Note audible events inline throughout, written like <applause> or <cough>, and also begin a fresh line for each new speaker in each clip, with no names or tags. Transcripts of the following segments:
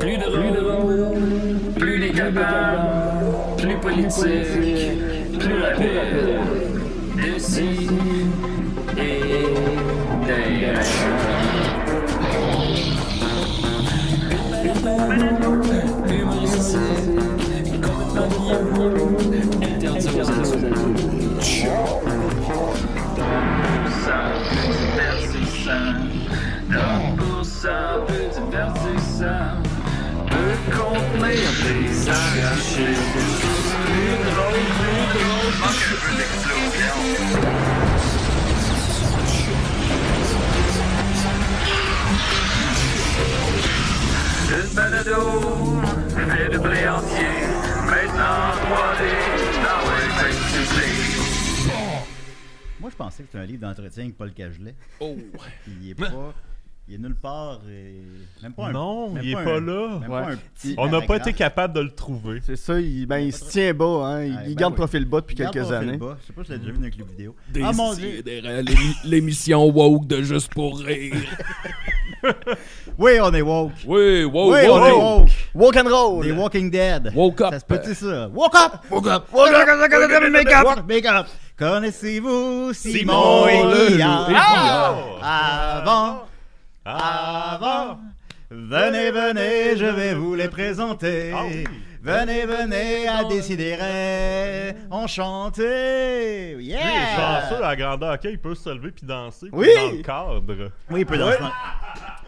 Plus de rôle, plus décapable, plus politique, plus rapide. D'ici et d'ailleurs. Humoristique, complètement interdit aux adultes. Ça, divertissant. Donc pour ça, peu divertissant. Peut contenir des arachides. Plus drôle, plus drôle. Manque un peu d'explosion. Une balado, fait de blé entier. Maintenant, 3D, dans le
Moi, je pensais que c'était un livre d'entretien avec Paul Cagelet.
Oh!
Puis <laughs> il est pas. Il est nulle part. Et... Même pas un.
Non,
même
il est pas
un-
là.
même
Ouais.
pas un petit
On n'a pas
paragraphe.
été capable de le trouver.
C'est ça, il, ben, il se tient bas, hein. il,
Ah,
il
ben
garde
oui.
profil bas depuis
Il garde
quelques
pas fait le
années.
bas. Je sais pas si tu l'as déjà vu dans un club vidéo.
Mm. Des
ah mon dieu!
sidérés, l'émi- L'émission woke de Juste pour rire.
Oui, on est woke!
<laughs> Oui, woke,
oui,
Oh, woke.
on est woke!
Walk and roll!
Des Walking Dead!
Woke up.
Ça se peut-tu ça? Woke up!
Woke up.
Make up! Make up! Connaissez-vous Simon et Guillaume?
Oh!
Ah! Avant!
Ah!
Avant! Venez, venez, je vais vous les présenter.
Ah oui.
Venez, venez, à décider. On chante.
Lui, il est chanceux
Yeah!
à grandeur. Ok, il peut se lever puis danser puis
Oui!
dans le cadre.
Oui, il peut dans ce-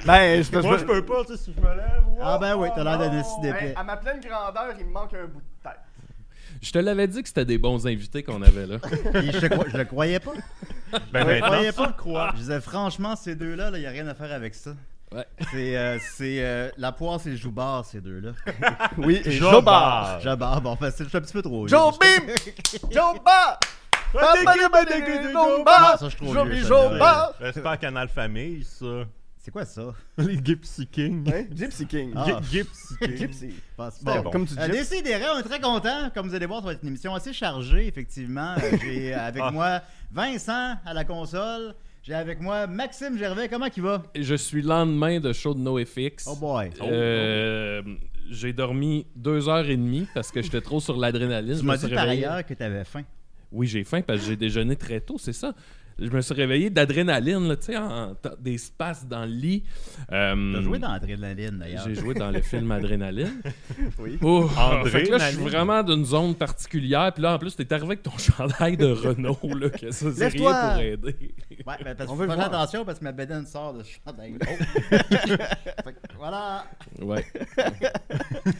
Ben, je,
Moi, je peux pas, tu sais, si je me lève.
Ah ben oui, t'as l'air d'un assis d'épais.
Hey, à ma pleine grandeur, il me manque un bout de tête.
Je te l'avais dit que c'était des bons invités qu'on
<laughs>
avait là.
Et Je, te crois- je le croyais pas.
Ben
Je le
maintenant,
croyais
tu
pas.
le crois.
Je disais, franchement, ces deux-là, il n'y a rien à faire avec ça.
Ouais.
C'est euh, c'est, euh, la poire, c'est le joubard, ces deux-là.
<laughs> Oui, et
Jobard.
Jobard!
Jobard, bon, facile, je suis un petit peu trop vieux.
Joe Bim! Joe Ba!
Ah, ça, je suis trop
Joe
vieux,
Bim,
ça,
Joe
le
Ba!
Ben, C'est pas un canal
<laughs>
famille, ça.
C'est quoi ça?
Les Gypsy Kings.
Hein? Gypsy King.
Ah.
Gy- Gypsy Kings.
Gypsy.
Passe-
Bon,
Bon.
Comme tu dis.
Euh, Décidérez, on est très content. Comme vous allez voir, ça va être une émission assez chargée, effectivement. Euh, J'ai avec
Ah.
moi Vincent à la console. J'ai avec moi Maxime Gervais. Comment il va?
Je suis lendemain de show de NoFX.
Oh boy.
Euh, j'ai dormi deux heures et demie parce que j'étais trop sur
<laughs>
l'adrénaline.
Tu
Je me
m'as
suis
dit par
réveillé-
ailleurs que t'avais faim.
Oui, j'ai faim parce que j'ai déjeuné très tôt, c'est ça. Je me suis réveillé d'adrénaline, là, tu sais, en- t- des spaces dans le lit. Euh,
T'as joué dans Adrénaline, d'ailleurs.
J'ai joué dans le film
<laughs>
Adrénaline.
Oui.
Oh,
André,
fait que là, je suis
Nadine.
vraiment d'une zone particulière. Puis là, en plus, t'es arrivé avec ton <laughs> chandail de Renault, là, que ça, c'est rien
Lève-toi.
pour aider.
Ouais, ben, parce
On
que
veut
faut
le
faire
voir.
attention parce que ma bédaine sort de ce <laughs> chandail. Fait que, voilà.
Ouais. <laughs>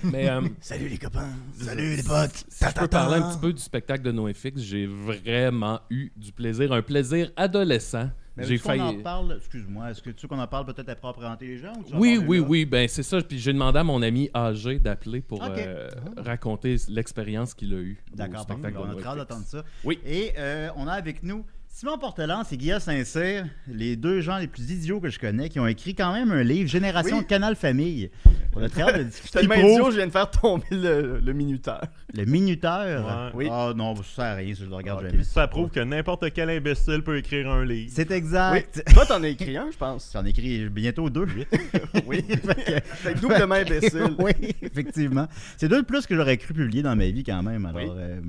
Mais euh,
Salut les copains. Salut les potes.
je peux parler un petit peu du spectacle de NoFX. J'ai vraiment eu du plaisir, un plaisir adolescent. J'ai
J'ai failli. On en
failli.
parle, excuse-moi, est-ce que tu veux qu'on en parle peut-être après présenter les gens ou tu vas
Oui,
parler
oui,
là?
oui, ben c'est ça. Puis j'ai demandé à mon ami âgé d'appeler pour
Ok. Ah.
euh, raconter l'expérience qu'il a eue. au
D'accord, parfait.
spectacle
On a
de
très hâte
NoFX.
d'attendre ça.
Oui.
Et euh, on a avec nous Simon Portelance et Guillaume Saint-Cyr, les deux gens les plus idiots que je connais, qui ont écrit quand même un livre, Génération
Oui.
Canal Famille. On a très
<laughs>
hâte de
J'étais
discuter.
tellement
prouve-
idiot, je viens de faire tomber le, le minuteur.
Le minuteur.
Ouais.
Oui. Ah,
Ah non, ça sert à rien si je le regarde
Ok.
jamais.
Ça prouve que n'importe quel imbécile peut écrire un livre.
C'est exact.
Oui. Toi, t'en as écrit un, je pense.
<laughs> J'en ai écrit bientôt deux. Ah,
Oui.
<laughs> Fait que-
<laughs> Fait que doublement imbécile.
oui, effectivement. C'est deux de plus que j'aurais cru publier dans ma vie quand même. Alors,
Oui.
euh,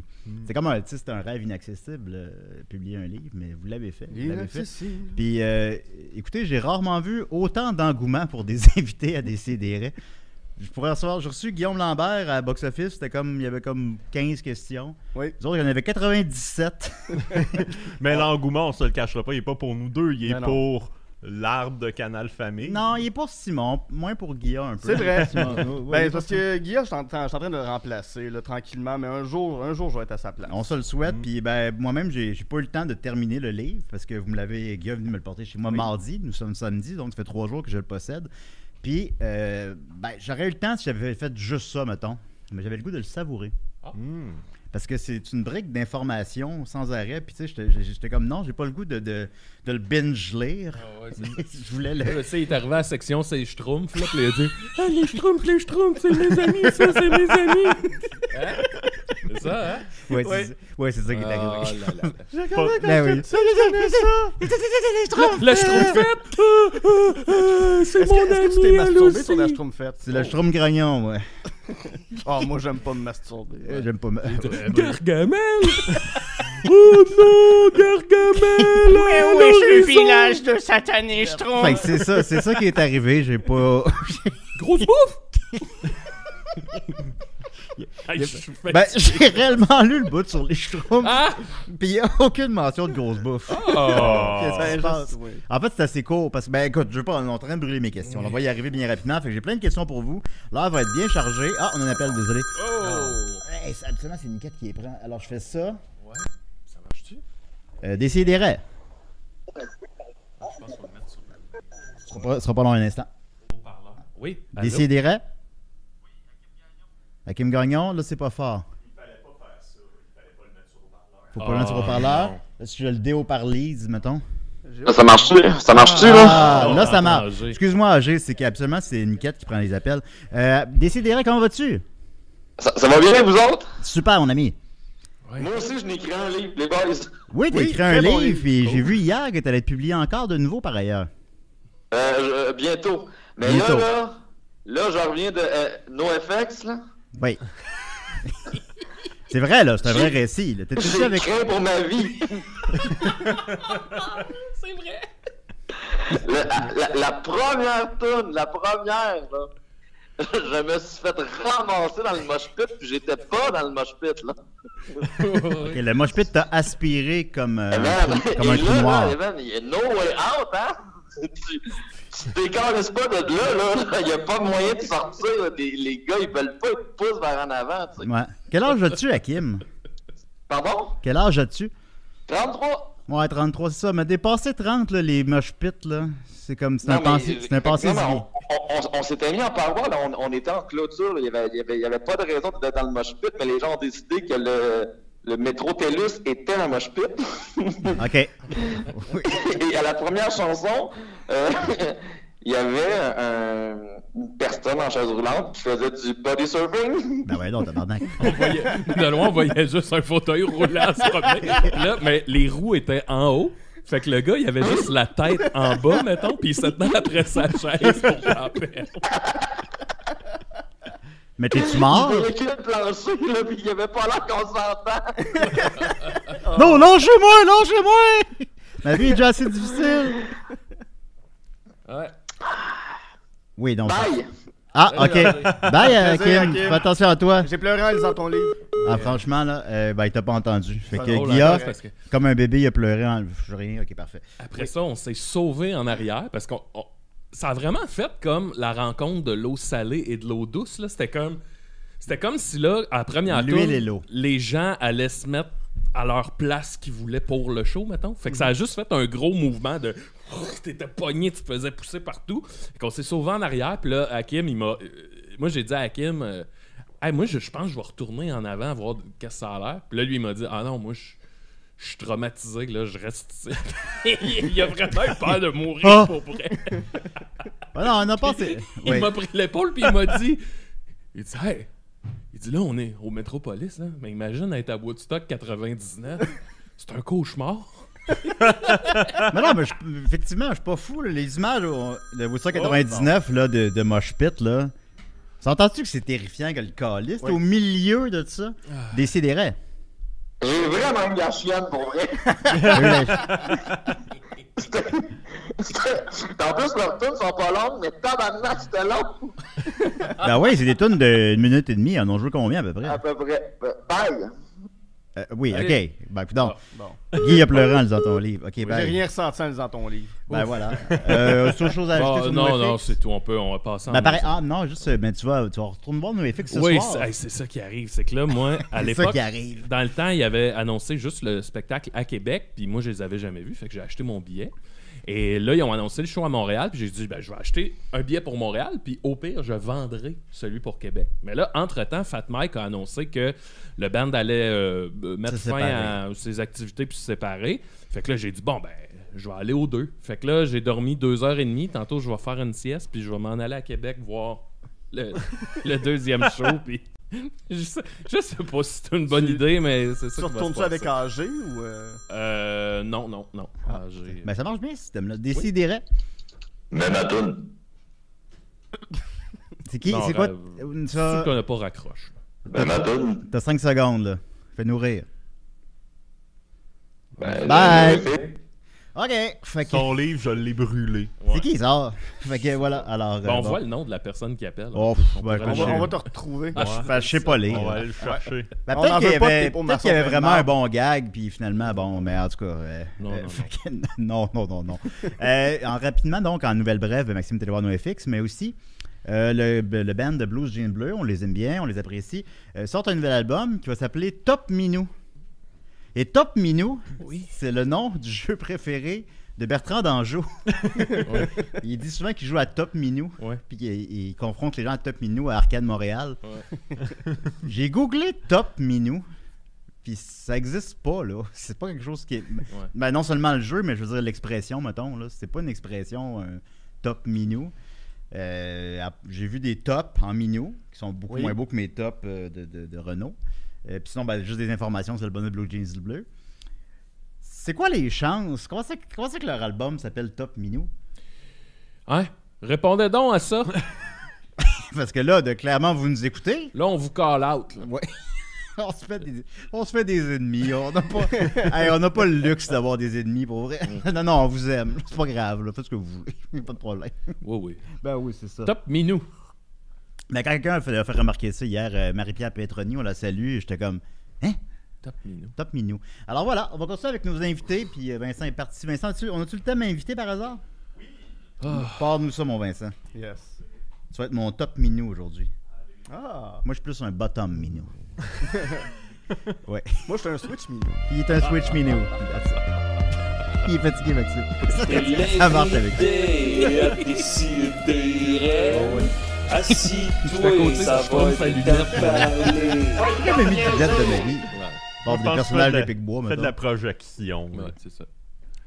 c'est comme un, tu sais, c'est un rêve inaccessible, euh, publier un livre, mais vous l'avez fait. Vous l'avez fait. Puis, euh, écoutez, j'ai rarement vu autant d'engouement pour des <laughs> invités à des CDR. Je pourrais recevoir, j'ai reçu Guillaume Lambert à Box Office, c'était comme, il y avait comme 15 questions.
Oui.
Les autres, il y en avait 97.
Mais l'engouement, on se le cachera pas, il est pas pour nous deux, il est
Non, non.
pour l'arbre de canal famille.
<laughs> non, il est pour Simon, moins pour Guillaume un peu.
C'est vrai.
<laughs> Simon, oui, oui, il
Ben,
est
parce
pour
que Guillaume, je suis en, train- je suis en train de le remplacer là, tranquillement, mais un jour, un jour, je vais être à sa place.
On se le souhaite.
Mm.
Puis ben, moi-même, j'ai j'ai pas eu le temps de terminer le livre parce que vous me l'avez, Guillaume, est venu me le porter chez moi mardi. Nous sommes samedi, donc ça fait trois jours que je le possède. Puis euh, ben, j'aurais eu le temps si j'avais fait juste ça, mettons. Mais j'avais le goût de le savourer.
Hmm.
Parce que c'est une brique d'informations sans arrêt. Puis tu sais, j'étais- j'étais comme non, j'ai pas le goût de, de, de le binge lire.
Ah ouais, c'est-
<laughs> je voulais le.
Tu sais, il est arrivé à la section c'est les schtroumpfs, là, puis il a dit Ah, les schtroumpfs, les schtroumpfs, c'est mes amis, ça, c'est mes amis. Hein? C'est ça, hein?
Ouais, c'est ouais, c'est ça qui est <laughs> arrivé.
Oh là là.
Ben oui.
Le, le schtroumpfette! Ah, ah, ah, c'est
Est-ce
mon
que, est-ce que tu
ami,
t'es
elle
masturbé sur la
aussi.
Schtroumpfette?
C'est le Strom Grognon, moi.
Oh, moi, j'aime pas me masturber. Ben,
Euh, J'aime pas. ma-
<laughs> Gargamel! oh non, Gargamel! à l'horizon.
de Satané Schtroumpf.
Fait que c'est ça, c'est ça qui est arrivé. J'ai pas. <laughs>
Grosse bouffe!
Hey, je suis
Ben, j'ai réellement lu le bout sur les Schtroumpfs,
Ah!
puis il n'y a aucune mention de grosse bouffe. <laughs> Qu'est-ce qui se passe? En fait, c'est assez court parce que, ben écoute, je veux pas, on est en train de brûler mes questions. On va y arriver bien rapidement. Fait que j'ai plein de questions pour vous. L'heure va être bien chargée. Ah, on a un appel, désolé.
Oh!
Hey, c'est- absolument, c'est Niket qui les prend. Alors, je fais ça. Ouais, ça marche-tu? Euh, Décidérez. Je pense qu'on va le mettre sur Ce sera pas long un instant.
Oui, allô?
Décidérez. Hakim Gagnon, là, c'est pas fort. Il fallait pas faire ça. Il fallait pas le mettre sur haut-parleur. Faut pas le mettre sur haut-parleur.
non.
Là, si je le déo-parlise, mettons.
Là, Ah, ça marche-tu? Ça marche-tu, là?
Ah, là, ça
attends,
marche.
G.
Excuse-moi, AG, c'est qu'absolument, c'est Niket qui prend les appels. Euh, Décidérez, comment vas-tu?
Ça, ça va bien, vous autres?
Super, mon ami.
Moi aussi, je n'ai écrit un livre, les boys.
Oui, t'as
Oui,
écrit un
très bon
livre,
livre.
puis j'ai vu hier que t'allais te publier encore de nouveau par ailleurs.
Euh, je- bientôt. Mais
Bientôt.
là, là, là, je reviens de euh, NoFX, là.
Oui. <laughs> c'est vrai, là, c'est un vrai récit. là. T'es tout
J'ai
avec.
craint pour
<laughs>
ma vie.
C'est vrai!
Le- la, la première tune, la première, là. Je me suis fait ramasser dans le mosh pit, puis j'étais pas dans le mosh pit, là.
Ok, le mosh pit t'a aspiré comme, euh,
Eh ben,
comme- comme un
et là,
trou noir.
là, eh ben, il y a no way out, hein? <laughs> tu tu décales pas de là, <laughs> là. Il y a pas moyen de sortir, là. Les, les gars, ils veulent pas, ils te poussent vers en avant, tu sais.
Ouais. Quel âge as-tu, Hakim?
Pardon?
Quel âge as-tu?
33?
Ouais, 33, c'est ça. Mais dépasser 30, là, les mosh pits, là, c'est comme. C'est
Non,
un
mais- euh,
passé. C'est un passé.
non, mais
zizi.
on on- on- on s'était mis en paroi, là, on, on était en clôture, là, il n'y avait, il y avait, il y avait pas de raison d'être dans le mosh pit, mais les gens ont décidé que le, le métro TELUS était un mosh pit. <laughs>
Ok. Oui.
Et à la première chanson, euh, <laughs> il y avait un- une personne en chaise roulante qui faisait du body surfing.
Ben ouais, non, tabarnak.
On voyait- <laughs> de loin, on voyait juste un fauteuil roulant se promener. Là, mais les roues étaient en haut. Fait que le gars, il avait juste la tête en bas, mettons, puis il se tenait après sa chaise pour pas en perdre.
Mais t'es-tu mort?
Il véhiculait le plancher, là, puis il avait pas l'air consentant.
Non, lâchez-moi, lâchez-moi! <laughs> Ma vie est déjà assez difficile.
Ouais.
Oui, donc.
Bye!
Ah, ok. Bye, euh,
Plaisir,
Kim.
Kim.
Fais attention à toi.
J'ai pleuré en lisant ton livre.
Ah, franchement, là, euh, ben, il t'a pas entendu. Fait que
drôle,
Guilla,
hein, parce que-
comme un bébé, il a pleuré en. Je sais rien, ok, parfait.
Après ça, on s'est sauvé en arrière parce qu'on. on- Ça a vraiment fait comme la rencontre de l'eau salée et de l'eau douce. là. C'était comme. C'était comme si là, à la première
L'huile
tourne,
et l'eau.
les gens allaient se mettre à leur place qu'ils voulaient pour le show, mettons. Fait que
Mhm.
ça a juste fait un gros mouvement de oh, t'étais pogné, tu te faisais pousser partout. Fait qu'on s'est sauvé en arrière, puis là, Hakim, il m'a. euh, moi, j'ai dit à Hakim, euh, Hey, moi, je, je pense que je vais retourner en avant voir qu'est-ce que ça a l'air. Puis là, lui, il m'a dit, ah non, moi, je. Je suis traumatisé, là, je reste ici. <laughs> il a vraiment eu peur de mourir
Ah!
pour vrai.
Ah non, on a passé.
<laughs> Il
Oui.
m'a pris l'épaule puis il m'a dit Il dit Hey Il dit là on est au métropolis, là, mais imagine être à Woodstock 99. C'est un cauchemar.
Mais non, mais je- effectivement, je suis pas fou. là. Les images on- de Woodstock
Oh,
99 là, de, de Mosh Pit, là. S'entends-tu que c'est terrifiant que le calice est au milieu de ça?
Ah.
Des sidérés.
J'ai vraiment une gâchienne pour vrai. <laughs>
<laughs>
C'était- c'était- en plus, leurs tunes sont pas longues, mais tabarnak, c'était long.
ben ouais, c'est des tunes d'une minute et demie. Ils En ont joué combien à peu près?
À peu près. Bye!
Euh, oui, ok.
Allez.
Ben, donc,
Bon.
Guy a pleuré en lisant ton livre. Ok,
J'ai
ben.
rien ressenti en lisant ton livre.
Ben voilà.
<laughs>
Euh, autre chose à ajouter
Bon,
sur
non,
NoFX?
non, c'est tout, on peut, on va passer en
Ben, pareil,
musique.
ah non, juste, euh, ben, tu vas, tu vas retourner voir NoFX ce
Oui,
soir.
c'est hey, c'est ça qui arrive. C'est que là, moi,
<laughs>
à
C'est
l'époque,
ça qui arrive.
dans le temps, il avait annoncé juste le spectacle à Québec, puis moi, je les avais jamais vus, fait que j'ai acheté mon billet. Et là, ils ont annoncé le show à Montréal, puis j'ai dit, ben, je vais acheter un billet pour Montréal, puis au pire, je vendrai celui pour Québec. Mais là, entre-temps, Fat Mike a annoncé que le band allait euh, euh, mettre
Se
fin
séparer.
à ses activités puis se séparer. Fait que là, j'ai dit, bon, ben, je vais aller aux deux. Fait que là, j'ai dormi deux heures et demie. Tantôt, je vais faire une sieste, puis je vais m'en aller à Québec voir le, le deuxième show. Puis je, sais, je sais pas si c'est une bonne
Tu-
idée, mais c'est ça
Tu
qui va se
retournes-tu avec
passer.
AG ou. euh,
Euh, non, non, non. Ah, j'ai-
Ben, ça marche bien, ce système-là. Décidérez.
Même à tune.
C'est qui?
Non,
C'est quoi?
rêve.
euh,
C'est
ça-
qu'on n'a pas raccroche.
Ben, madame.
T'as 5 secondes, là. Fais-nous rire.
Ben,
Bye.
je le fais.
OK. Fait que-
Son livre, je l'ai brûlé.
C'est qui, ça? Fait que voilà. Alors.
Ben,
euh,
on
bon.
voit le nom de la personne qui appelle.
Oh,
On
ben,
pourrait
On
je-
va,
le-
on va te retrouver.
Ah.
Ben, je sais pas lire.
On va aller le chercher.
Ben,
On
peut-être
en
qu'il y
veut pas de
avait,
tes peaux
peut-être qu'il y avait
marchandes
vraiment
de
un
marde.
bon gag, puis finalement, bon, mais en tout cas. euh,
Non,
euh,
non,
fait que- <laughs> non, non, non, non. Euh, en, rapidement, donc, en nouvelle brève, Maxime Télévoir nos FX, mais aussi. euh, le, le band de Blues Jean Bleu, on les aime bien, on les apprécie, euh, sortent un nouvel album qui va s'appeler Top Minou. Et Top Minou, c'est le nom du jeu préféré de Bertrand Danjou.
<laughs> Ouais.
Il dit souvent qu'il joue à Top Minou,
Ouais.
puis qu'il il confronte les gens à Top Minou à Arcade Montréal. J'ai googlé Top Minou. Puis ça existe pas, là. <laughs> C'est pas quelque chose qui est. Ben, non seulement le jeu, mais je veux dire l'expression, mettons, là. C'est pas une expression euh, top minou. Euh, à- J'ai vu des tops en minou, qui sont beaucoup
Oui.
moins beaux que mes tops euh, de, de- de Renault. Euh, Puis sinon, ben, juste des informations sur le bonnet Blue Jeans Bleu. C'est quoi les chances? Comment c'est comment c'est que leur album s'appelle Top Minou? <laughs>
Hein? Répondez donc à ça.
Parce que là, de, clairement, vous nous écoutez.
Là, on vous call out. là.
Ouais. <laughs> on, se fait des, on se fait des ennemis. On n'a pas, <laughs> Hey, on n'a pas le luxe d'avoir des ennemis, pour vrai. <laughs> non, non, on vous aime. C'est pas grave. Là. Faites ce que vous voulez. <laughs> Y a pas de problème.
Oui, oui.
Ben oui, c'est ça.
Top Minou.
Mais quand quelqu'un a fait, a fait remarquer ça hier, euh, Marie-Pierre Petroni, on la salue. et J'étais comme, hein?
Top Minou.
Top minou. Alors voilà, on va continuer avec nos invités. Puis euh, Vincent est parti. Vincent, as-tu- on a-tu le thème invité par hasard? Oui. Ah. Parle-nous ça, mon Vincent.
Yes.
Tu vas être mon top minou aujourd'hui.
Ah.
Moi, je suis plus un bottom minou. ouais.
Moi, je suis un Switch Mini.
Il est un switch minou. That's it. Ah. <laughs> Il est fatigué, Maxime. Ça marche avec ça.
C'est à côté, ça tourne sa lunette.
J'ai jamais mis de tablette de ma vie.
Ouais.
Bon,
Je
des
pense que
personnages
fais de la-
d'Epic Bois,
Fais de la
maintenant.
projection. là.
Ouais, c'est ça.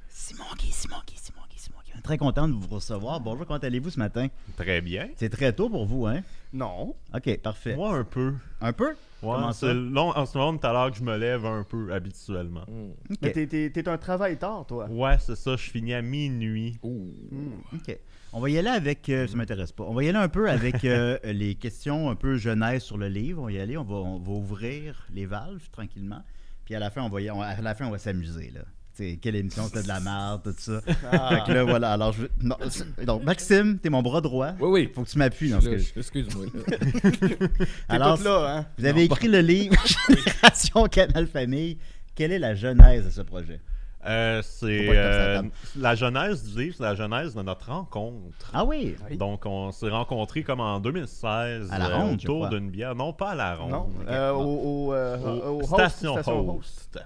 Simon Guy, Simon Guy, Simon Guy, Simon Guy. On est Très content de vous recevoir. Bonjour, comment allez-vous ce matin?
Très bien.
C'est très tôt pour vous, hein?
Non.
Ok, parfait.
Moi, un peu.
Un peu? Comment
Ouais,
ça?
c'est long, en ce moment, tout à l'heure que je me lève un peu habituellement.
Ok.
Mais t'es- t'es t'es un travail tard, toi.
Ouais, c'est ça, je finis à minuit.
OK. On va y aller avec. euh, ça m'intéresse pas. On va y aller un peu avec
<laughs>
euh, les questions un peu jeunesse sur le livre. On va y aller. On va, on va ouvrir les valves tranquillement. Puis à la fin, on va, y- on- à la fin, on va s'amuser là. Tu sais, quelle émission c'était de la merde, tout
<laughs>
ça.
Ah.
Ah,
Fait que là, voilà. Alors, je veux- non, c'est- donc Maxime, t'es mon bras droit.
Oui, oui.
Faut que tu m'appuies dans ce
Là,
que je.
Excuse-moi.
T'es
Alors,
tout là, hein?
vous avez écrit le livre Génération Canal Famille. Quelle est la genèse de ce projet
Euh,
Faut
c'est
pas être comme ça,
euh,
Tom.
la genèse du livre, c'est la genèse de notre rencontre.
Ah oui.
Donc, on s'est rencontrés comme en 2016
À la
euh,
ronde, je
autour
crois.
d'une bière. Non, pas à la ronde.
Non. Euh, au, au, euh,
au
au host,
station,
station host.
host.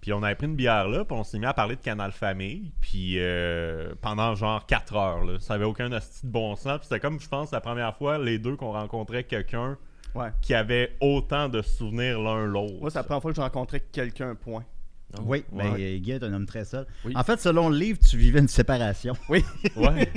Puis on avait pris une bière là, puis on s'est mis à parler de Canal Famille, puis euh, pendant genre 4 heures. Là. Ça avait aucun asti de bon sens. Puis c'était comme, je pense, la première fois, les deux qu'on rencontrait quelqu'un
Ouais.
qui avait autant de souvenirs l'un l'autre.
Moi, c'est la première fois que j'ai rencontré quelqu'un, point.
Oui, mais
Ouais.
Guy est un homme très seul.
Oui.
En fait, selon le livre, tu vivais une séparation. <laughs> Oui.
<laughs> Ouais.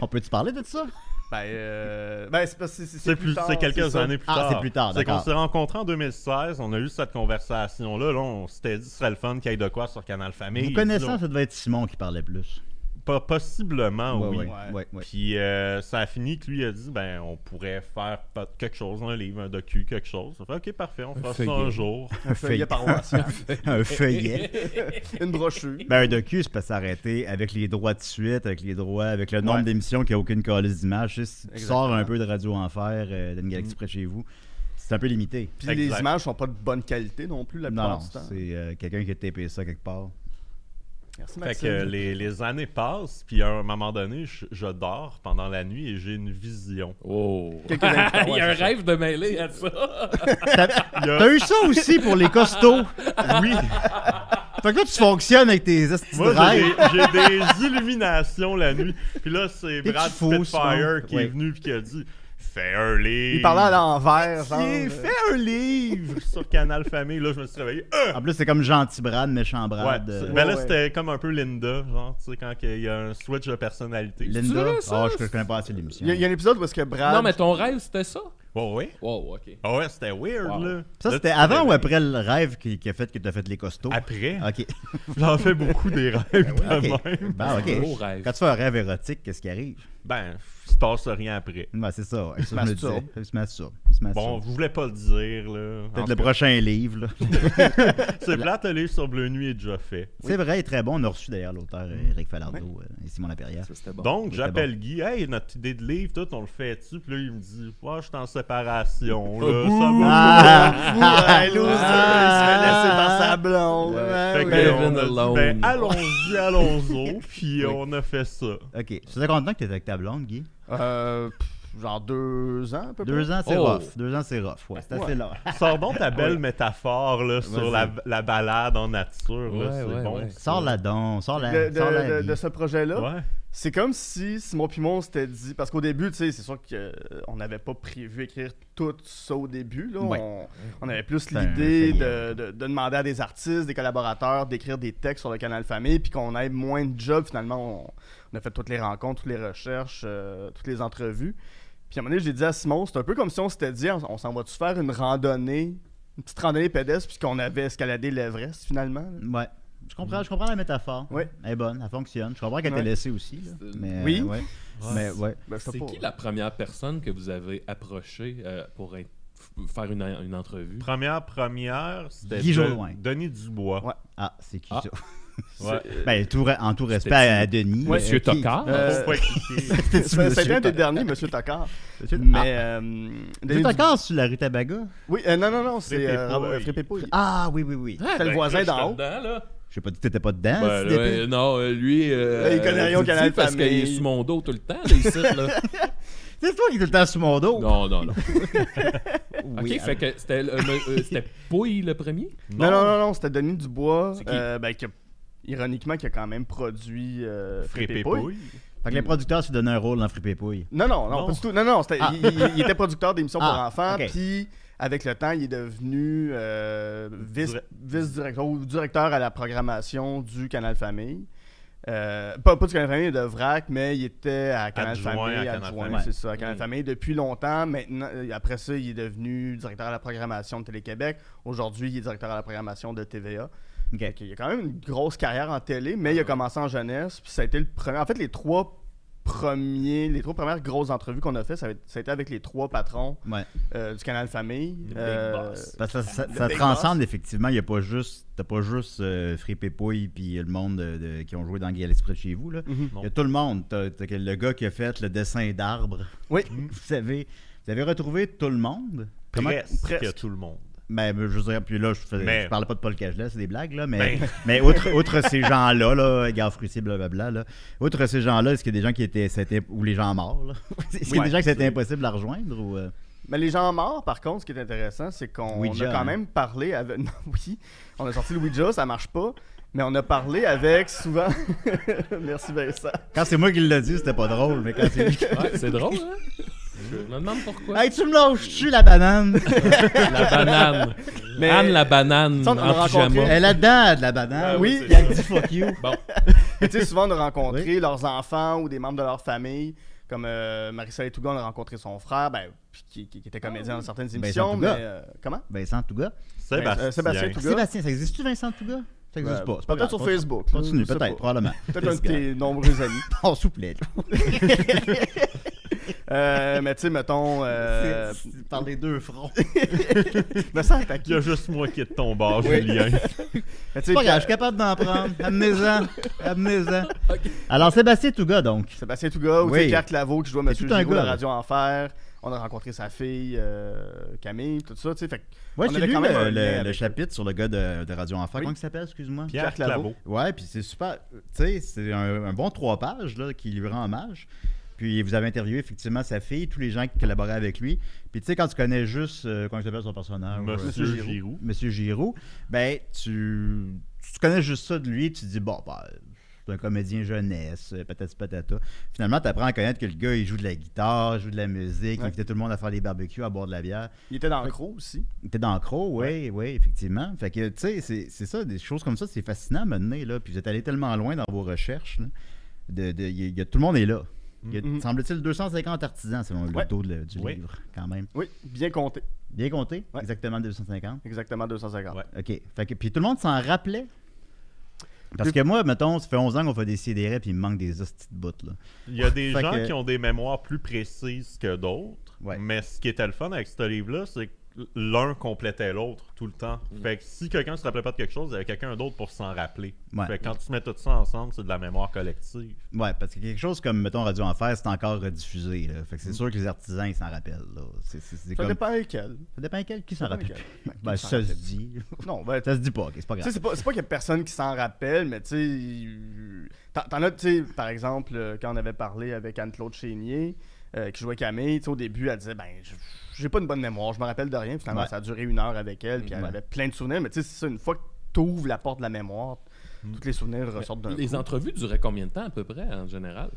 On peut-tu parler de ça?
Ben, euh, ben c'est parce que c'est-
C'est plus,
tard,
c'est quelques
ça.
années plus
Ah,
tard.
c'est plus tard,
C'est qu'on
d'accord.
s'est rencontrés en 2016, on a eu cette conversation-là. Là, on s'était dit, ce serait le fun qu'il y ait de quoi sur Canal Famille.
Vous connaissez, ça
Disons,
devait être Simon qui parlait plus.
pas- Possiblement, Ah oui.
ouais,
Ouais.
ouais,
<laughs>
ouais.
Puis euh, ça a fini que lui a dit, ben, on pourrait faire pas- quelque chose, un livre, un docu, quelque chose. Ça fait, ok, parfait, on fera ça
feuillet.
un jour.
Un
Feuillet paroissien.
un feuillet.
<laughs> Une brochue.
Ben, un docu, c'est pas s'arrêter avec les droits de suite, avec les droits, avec le nombre
Ouais.
d'émissions qu'il n'y a aucune calice d'image. Tu sais, Si tu
Exactement.
sors un peu de Radio Enfer, euh, d'une galaxie près de chez vous, c'est un peu limité.
Puis les
Exact.
images sont pas de bonne qualité non plus la
Non,
plupart
non,
du temps.
c'est euh, quelqu'un qui a tapé ça quelque part.
Merci
Fait
Maxime.
que euh, les, les années passent, puis à un moment donné, je, je dors pendant la nuit et j'ai une vision.
Oh.
Quelques années plus tard,
Il y
ouais,
a un
c'est ça.
rêve de mêler à ça.
T'as eu ça aussi pour les costauds.
Oui,
Fait que là, tu fonctionnes avec tes estis de
moi j'ai
rêves.
des, j'ai des <laughs> illuminations la nuit. Puis là, c'est
tu
Brad
fous, Simon.
Spitfire qui
Ouais.
est venu puis qui a dit, fais un livre.
Il parlait à l'envers,
Tiens,
genre. euh,
Fais un livre sur Canal Famille. Là, je me suis réveillé. Euh!
En plus, c'est comme gentil Brad, méchant
Ouais,
Brad.
c'est-
euh,
ben
ouais,
là,
ouais.
c'était comme un peu Linda, genre, tu sais, quand il y a un switch de personnalité.
Linda.
vrai, ça?
Ah, je, je connais pas assez l'émission.
Il y, a- il y a un épisode où est-ce que Brad.
Non, mais ton rêve, c'était ça.
Ouais, ouais.
Wow, ok.
Ah ouais, c'était weird,
Wow.
là.
Ça,
Là,
c'était
tu
avant
t'éveilles.
ou après le rêve qui, qui a fait que tu as fait les costauds?
Après.
OK.
<laughs>
Ben
J'en fais beaucoup des rêves de
<laughs> OK.
même.
Bon,
C'est un
OK.
beau rêve.
Quand tu fais un rêve érotique, qu'est-ce qui arrive?
Ben, il se passe rien après.
Ben, c'est ça. ouais. Ça, je me
masturbe.
disais. Il se masturbe. Il se
Bon,
masturbe.
je voulais pas le dire, là. En
Peut-être
tout
le
cas,
prochain livre. là.
C'est plate, le livre sur Bleu Nuit est déjà fait.
<laughs> C'est vrai, il est très bon. On a reçu d'ailleurs l'auteur euh, Eric Falardeau euh, et Simon Laperrière.
Ça, c'était bon.
Donc,
c'était
j'appelle Guy, hey, notre idée de livre, tout, on le fait dessus. Puis là, il me dit, ouais, je suis
<laughs>
en séparation, là. ça va.
Ah! <laughs> Ah!
loser, il se fait laisser par sa blonde.
Fait que,
oui.
on a
Kevin
dit,
alone.
ben,
<laughs>
allons-y, allons-y. Puis on a fait ça.
OK. Je suis très content que tu avec ta blonde, Guy.
Euh, pff, genre deux ans, à peu près.
Deux ans, c'est
Oh.
rough. Deux ans, c'est rough. Ouais, c'est assez long.
Sors donc ta belle métaphore là, sur la, la balade en nature. là,
Ouais,
c'est
ouais,
bon.
ouais.
ça.
Sors la don, sors la.
de, de-
sors la
de-
Guy.
de ce projet-là.
Ouais.
C'est comme si Simon Pimon s'était dit. Parce qu'au début, tu sais, c'est sûr qu'on n'avait pas prévu écrire tout ça au début. Là.
Ouais.
On, on avait plus
un
l'idée de,
essayage.
de- de demander à des artistes, des collaborateurs d'écrire des textes sur le canal famille, puis qu'on ait moins de jobs. Finalement, on, on a fait toutes les rencontres, toutes les recherches, euh, toutes les entrevues. Puis à un moment donné, j'ai dit à Simon, c'est un peu comme si on s'était dit, on, on s'en va-tu faire une randonnée, une petite randonnée pédestre, puisqu'on avait escaladé l'Everest finalement. là.
Ouais. Je comprends, je comprends la métaphore.
Ouais.
Elle est bonne, elle fonctionne. Je comprends qu'elle
Ouais.
t'ait laissée aussi. là. Mais,
Oui.
euh, ouais. Mais ouais.
Ben, je sais
C'est
pas.
qui la première personne que vous avez approchée euh, pour in- f- faire une, une entrevue?
Première, première, c'était
Guy
De-
Jodoin.
Denis Dubois.
Ouais.
Ah, c'est qui
Ah.
ça? <laughs>
Ouais.
Ben, tout re- en tout respect
C'était-tu-
à, à Denis.
Ouais,
<laughs>
Monsieur
qui-
Tocard.
Euh, <laughs>
Faut pas cliquer.
C'était-tu
Ça-
Monsieur
C'était un des
Tocard?
derniers, Monsieur Tocard.
Monsieur-
Mais.
Ah,
euh,
Monsieur
Denis
Tocard sur la rue Tabaga?
Du- Oui, euh, non, non, non, c'est.
Frippé
euh,
Pouille.
Robert- Frippé Pouille.
Ah, oui, oui, oui.
C'était le voisin d'en haut.
J'ai pas dit que t'étais pas dedans.
Ben,
c'est
là,
débile.
euh, non, euh, lui. euh,
Là, Ah, il connaît rien au
dit
Canal
Parce qu'il est
Famille.
sous mon dos tout le temps, là, ici,
<laughs>
là.
C'est toi qui es tout le temps sous mon dos.
Non, non, non.
Oui,
Ok,
alors-
fait que c'était le- euh, euh, c'était Pouille le premier?
Non, non, non, non, c'était Denis Dubois.
C'est qui?
euh, ben, qui a- ironiquement, qui a quand même produit euh,
Frépé
Frippé Pouille.
Pouille.
Fait que les producteurs se donnaient un rôle dans Fripépouille.
Non, non, non,
Non.
pas du tout. Non, non, c'était- il, il- il était producteur d'émissions pour
Ah,
enfants,
ok.
puis. Avec le temps, il est devenu euh, vice-
Dire-
vice-directeur ou directeur à la programmation du Canal Famille. Euh, pas, pas du Canal Famille de VRAC, mais il était à Canal
Adjoint
Famille,
à Canal
adjoint,
Famille.
c'est ça, à Canal Famille depuis longtemps. Maintenant, euh, après ça, il est devenu directeur à la programmation de Télé-Québec. Aujourd'hui, il est directeur à la programmation de TVA.
OK.
Fait qu'il y a quand même une grosse carrière en télé, mais il
Ah
a commencé en jeunesse, puis ça a été le premier. En fait, les trois premiers, les trois premières grosses entrevues qu'on a fait, ça a ça a été avec les trois patrons
Ouais.
euh, du Canal Famille.
big
Euh,
boss.
Parce que ça, ça-
Le
ça
Big
transcende effectivement. Il y a pas juste, t'as pas juste euh, Fripé Pouille puis le monde de- de- qui ont joué dans Guy à l'Esprit de chez vous. Là.
Mhm.
Il y a tout le monde. T'as, t'as que le gars qui a fait le dessin d'arbre.
Oui.
<laughs> vous savez, vous avez retrouvé tout le monde. Comment-
Presque,
Presque.
tout le monde.
Ben, je veux dire, puis là, je, faisais-
Mais-
je parlais pas de Paul Cagelet, c'est des blagues, là, mais,
Ben.
<laughs> mais outre, outre ces gens-là, là, Gare Fruitier, blablabla, là, outre ces gens-là, est-ce qu'il y a des gens qui étaient, c'était, ou les gens morts, là? <laughs> Est-ce qu'il y a
Ouais.
des gens que c'était impossible à rejoindre, ou... euh,
Mais les gens morts, par contre, ce qui est intéressant, c'est qu'on
Ouija,
a quand
hein.
même parlé avec. <laughs> Non, oui, on a sorti le Ouija, ça marche pas, mais on a parlé avec souvent. <laughs> Merci Vincent.
Quand c'est moi qui l'ai dit, c'était pas drôle, mais quand c'est lui qui-
Ouais, c'est drôle, hein? Je me demande pourquoi.
<laughs> Hey, tu me lâches, tu la banane!
La banane.
Mais-
Anne la banane
Ça, on a
en pyjama.
rencontré-
Elle a dedans de la banane.
Ah oui,
puis
c'est
elle dit fuck you.
Bon,
Mais tu sais, souvent, on a rencontré leurs enfants ou des membres de leur famille. Comme euh, Marissa et Touga, on a rencontré son frère, ben, puis qui, qui- qui était comédien dans certaines
Ben,
émissions.
Touga.
mais, euh, comment
Vincent Touga.
Sébastien.
Euh, Sébastien Touga.
Sébastien, ça existe-tu Vincent Touga? Ça existe
Ben,
pas. C'est pas grave.
peut-être sur Facebook.
Continue,
je sais
peut-être,
pas.
probablement.
<laughs> Peut-être un de tes nombreux amis.
<laughs> Oh, s'il vous plaît. là.
Euh, mais tu sais, mettons. Euh,
Par les deux
<laughs>
fronts.
mais ça, t'as
Il y a juste moi qui est de ton bord,
<laughs>
Julien.
Mais tu
C'est
sais,
pas grave, je suis capable d'en prendre.
<laughs>
Amenez-en. Amenez-en. Alors, Sébastien Touga, donc.
Sébastien Touga, ou
Oui.
tu sais, Pierre Claveau qui joue à Monsieur
tout un
Giroux de
gars,
Radio Enfer. On a rencontré sa fille, euh, Camille, tout ça, tu sais. Fait que
Ouais,
on
j'ai
avait
lu
quand même
le,
un
le-
lien
le
avec- euh,
chapitre sur le gars de, de Radio Enfer.
Oui.
Comment il s'appelle, excuse-moi?
Pierre Claveau.
Ouais, puis c'est super. Tu sais, c'est un, un bon trois pages là, qui lui rend hommage. Puis vous avez interviewé effectivement sa fille, tous les gens qui collaboraient avec lui. Puis tu sais, quand tu connais juste, euh, comment il s'appelle son personnage
Monsieur
euh,
Giroux.
Monsieur Giroux, ben tu, tu connais juste ça de lui, tu te dis, bon, ben, c'est un comédien jeunesse, euh, patati patata. Finalement, tu apprends à connaître que le gars, il joue de la guitare, il joue de la musique, il
Ouais.
invitait tout le monde à faire des barbecues, à boire de la bière.
Il était dans le croc aussi.
Il était dans le croc, oui, oui, effectivement. Fait que, tu sais, c'est c'est ça, des choses comme ça, c'est fascinant à mener, là. Puis vous êtes allé tellement loin dans vos recherches, là. De, de- y- y a- tout le monde est là. Il y a,
Mhm.
semble-t-il, 250 artisans selon le
Ouais.
dos de- du
Oui.
livre, quand même.
Oui, bien compté.
Bien compté,
Ouais.
exactement 250.
Exactement 250.
Ouais.
OK. Fait que, puis tout le monde s'en rappelait. Parce
Puis-
que moi, mettons, ça fait 11 ans qu'on fait des CDR puis il me manque des hosties de bouts, là.
Il y a des
Fait
gens
que-
qui ont des mémoires plus précises que d'autres,
Ouais.
mais ce qui était le fun avec ce livre-là, c'est que l'un complétait l'autre tout le temps.
Mm.
Fait que si quelqu'un se rappelait pas de quelque chose, il y avait quelqu'un d'autre pour s'en rappeler.
Ouais.
Fait que quand tu mets tout ça ensemble, c'est de la mémoire collective.
Ouais, parce que quelque chose comme, mettons, Radio Enfer, c'est encore rediffusé, là. Fait que c'est
Mm.
sûr que les artisans, ils s'en rappellent, là. C'est, c'est- c'est
Ça
comme...
dépend lesquels.
Ça dépend quel qui s'en
dépend
rappelle
lesquels.
plus.
Ouais, qui
Ben,
s'en
ça se
rappelle.
dit.
Non, ben,
Ça se dit pas, OK, c'est pas
Tu
grave.
sais, c'est pas, c'est pas qu'il y a personne qui s'en rappelle, mais tu sais, il- t'en t'en as, tu sais, par exemple, euh, quand on avait parlé avec Anne-Claude Chénier, euh, qui jouait Camille, tu sais, au début, elle disait, ben, je- j'ai pas une bonne mémoire, je me rappelle de rien. Finalement,
Ouais.
ça a duré une heure avec elle, puis elle
Ouais.
avait plein de souvenirs, mais tu sais, c'est ça, une fois que t'ouvres la porte de la mémoire,
Mm.
tous les souvenirs ressortent d'un
Les
coup.
entrevues duraient combien de temps à peu près en général?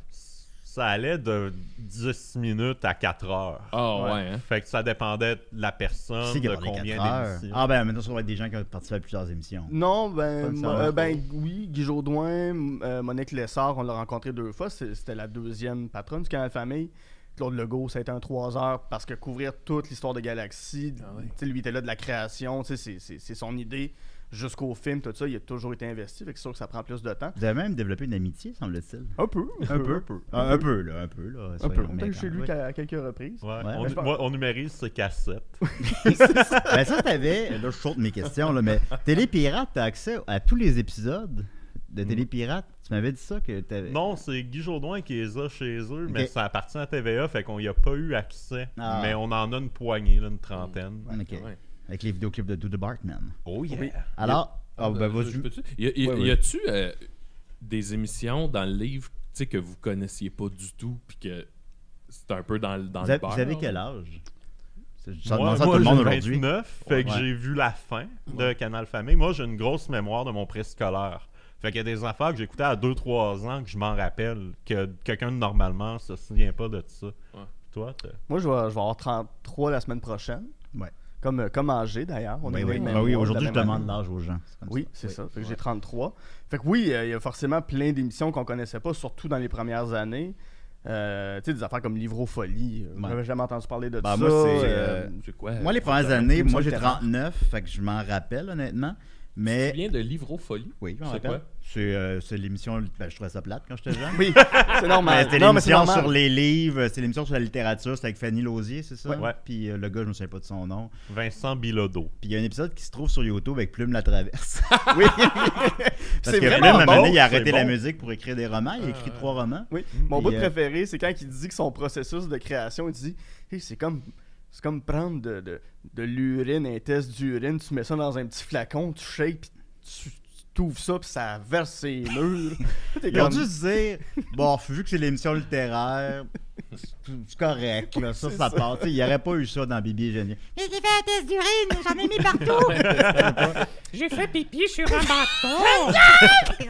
Ça allait de 10 minutes à 4 heures.
Ah
Ouais.
ouais, hein?
Fait que ça dépendait de la personne,
Qui c'est qui a
de
parlé quatre
combien
heures?
d'émissions.
Ah, ben, maintenant, ça va être des gens qui ont participé à plusieurs émissions.
Non,
Pas
ben,
une
moi-
saveur.
euh, ben oui, Guy Jodoin, m- euh, Monique Lessard, on l'a rencontré deux fois. c'est- C'était la deuxième patronne du Canal Famille. Claude Legault, ça a été un trois heures parce que couvrir toute l'histoire de Galaxy, tu sais, lui il était là de la création, tu sais, c'est- c'est c'est son idée jusqu'au film, tout ça, il a toujours été investi, fait que c'est sûr que ça prend plus de temps.
Vous avez même développé une amitié, semble-t-il.
Un peu, un, peu,
Ah, un peu, là, un peu, là.
un
soyons
peu. On
honnêtes,
est chez
hein.
lui
Ouais.
<laughs> qu'à- à, quelques reprises.
Ouais,
Ouais.
on,
Ben, je pense-
moi, on numérise ses cassettes.
<laughs> Ben ça, t'avais. Là, je saute mes questions, là, mais Télépirate, t'as accès à tous les épisodes de Télépirate. Tu m'avais dit ça que t'avais.
Non, c'est Guy Jodoin qui les a chez eux, mais
Ok.
ça appartient à TVA, fait qu'on n'y a pas eu accès.
Ah. Mm.
Mais on en a une poignée, là, une trentaine.
Ok.
Ouais.
Avec les vidéoclips de Do the Bartman.
Oh yeah!
Alors. Ah, ben, vas-y.
Euh, Je peux-tu? Y, a- y a-
Ouais, ouais.
y a-tu euh, des émissions dans le livre tu sais, que vous connaissiez pas du tout, puis que c'est un peu dans, le- dans
Vous
le
avez,
beurre?
vous avez quel âge? Ça, Je
Moi,
demande ça à
moi,
tout le monde
j'ai
aujourd'hui.
29, fait que
Ouais.
j'ai vu la fin de Canal Famille. Moi, j'ai une grosse mémoire de mon préscolaire. Fait qu'il y a des affaires que j'écoutais à 2-3 ans que je m'en rappelle, que quelqu'un de normalement se souvient pas de ça. Toi, t'as-
Moi, je vais, je vais avoir 33 la semaine prochaine.
Ouais.
Comme, comme Angers, d'ailleurs. On
Oui,
est
oui.
des mêmes
Ben oui,
mois,
aujourd'hui,
de
je
la même
demande
année.
l'âge aux gens. C'est comme
Oui,
ça.
c'est ça. Fait que j'ai 33. Fait que oui, euh, il y a forcément plein d'émissions qu'on connaissait pas, surtout dans les premières années. Euh, tu sais, des affaires comme Livrofolie. Euh,
Ouais.
J'avais jamais entendu parler de
Ben,
ça.
moi, c'est,
euh,
C'est quoi?
Moi, les premières années, moi, j'ai 39, fait que je m'en rappelle, honnêtement. Mais.
Tu viens de Livrofolie?
Oui, je m'en
C'est
rappelle.
quoi?
C'est euh, c'est l'émission. Ben, je trouvais ça plate quand j'étais jeune.
Oui,
<laughs>
c'est
Mais
normal.
c'était
Non, mais c'est
l'émission
normal.
sur les livres, c'était l'émission sur la littérature, c'était avec Fanny Lausier, c'est ça?
Ouais.
Puis euh, le gars, je me souviens pas de son nom.
Vincent Bilodeau.
Puis il y a un épisode qui se trouve sur YouTube avec Plume la Traverse.
<laughs> Oui.
<laughs> Parce
c'est
que Plume,
vraiment
à un moment donné,
bon,
il a arrêté
c'est
la
bon.
musique pour écrire des romans. Il a
Euh.
écrit trois romans.
Oui. Mon
Et,
bout
euh,
préféré, c'est quand il dit que son processus de création, il dit Hey, c'est comme. C'est comme prendre de, de, de l'urine, un test d'urine, tu mets ça dans un petit flacon, tu shakes, puis tu tu ouvres ça, puis ça verse ses murs.
<laughs>
T'es
Ils ont
comme-
dû se dire, bon, vu que c'est l'émission littéraire, c'est- c'est correct, là, ça, ça part. Tu sais, Il n'y aurait pas eu ça dans Bibi et Génie.
Mais j'ai fait un test d'urine, j'en ai mis partout.
Ah J'ai fait pipi sur un bâton.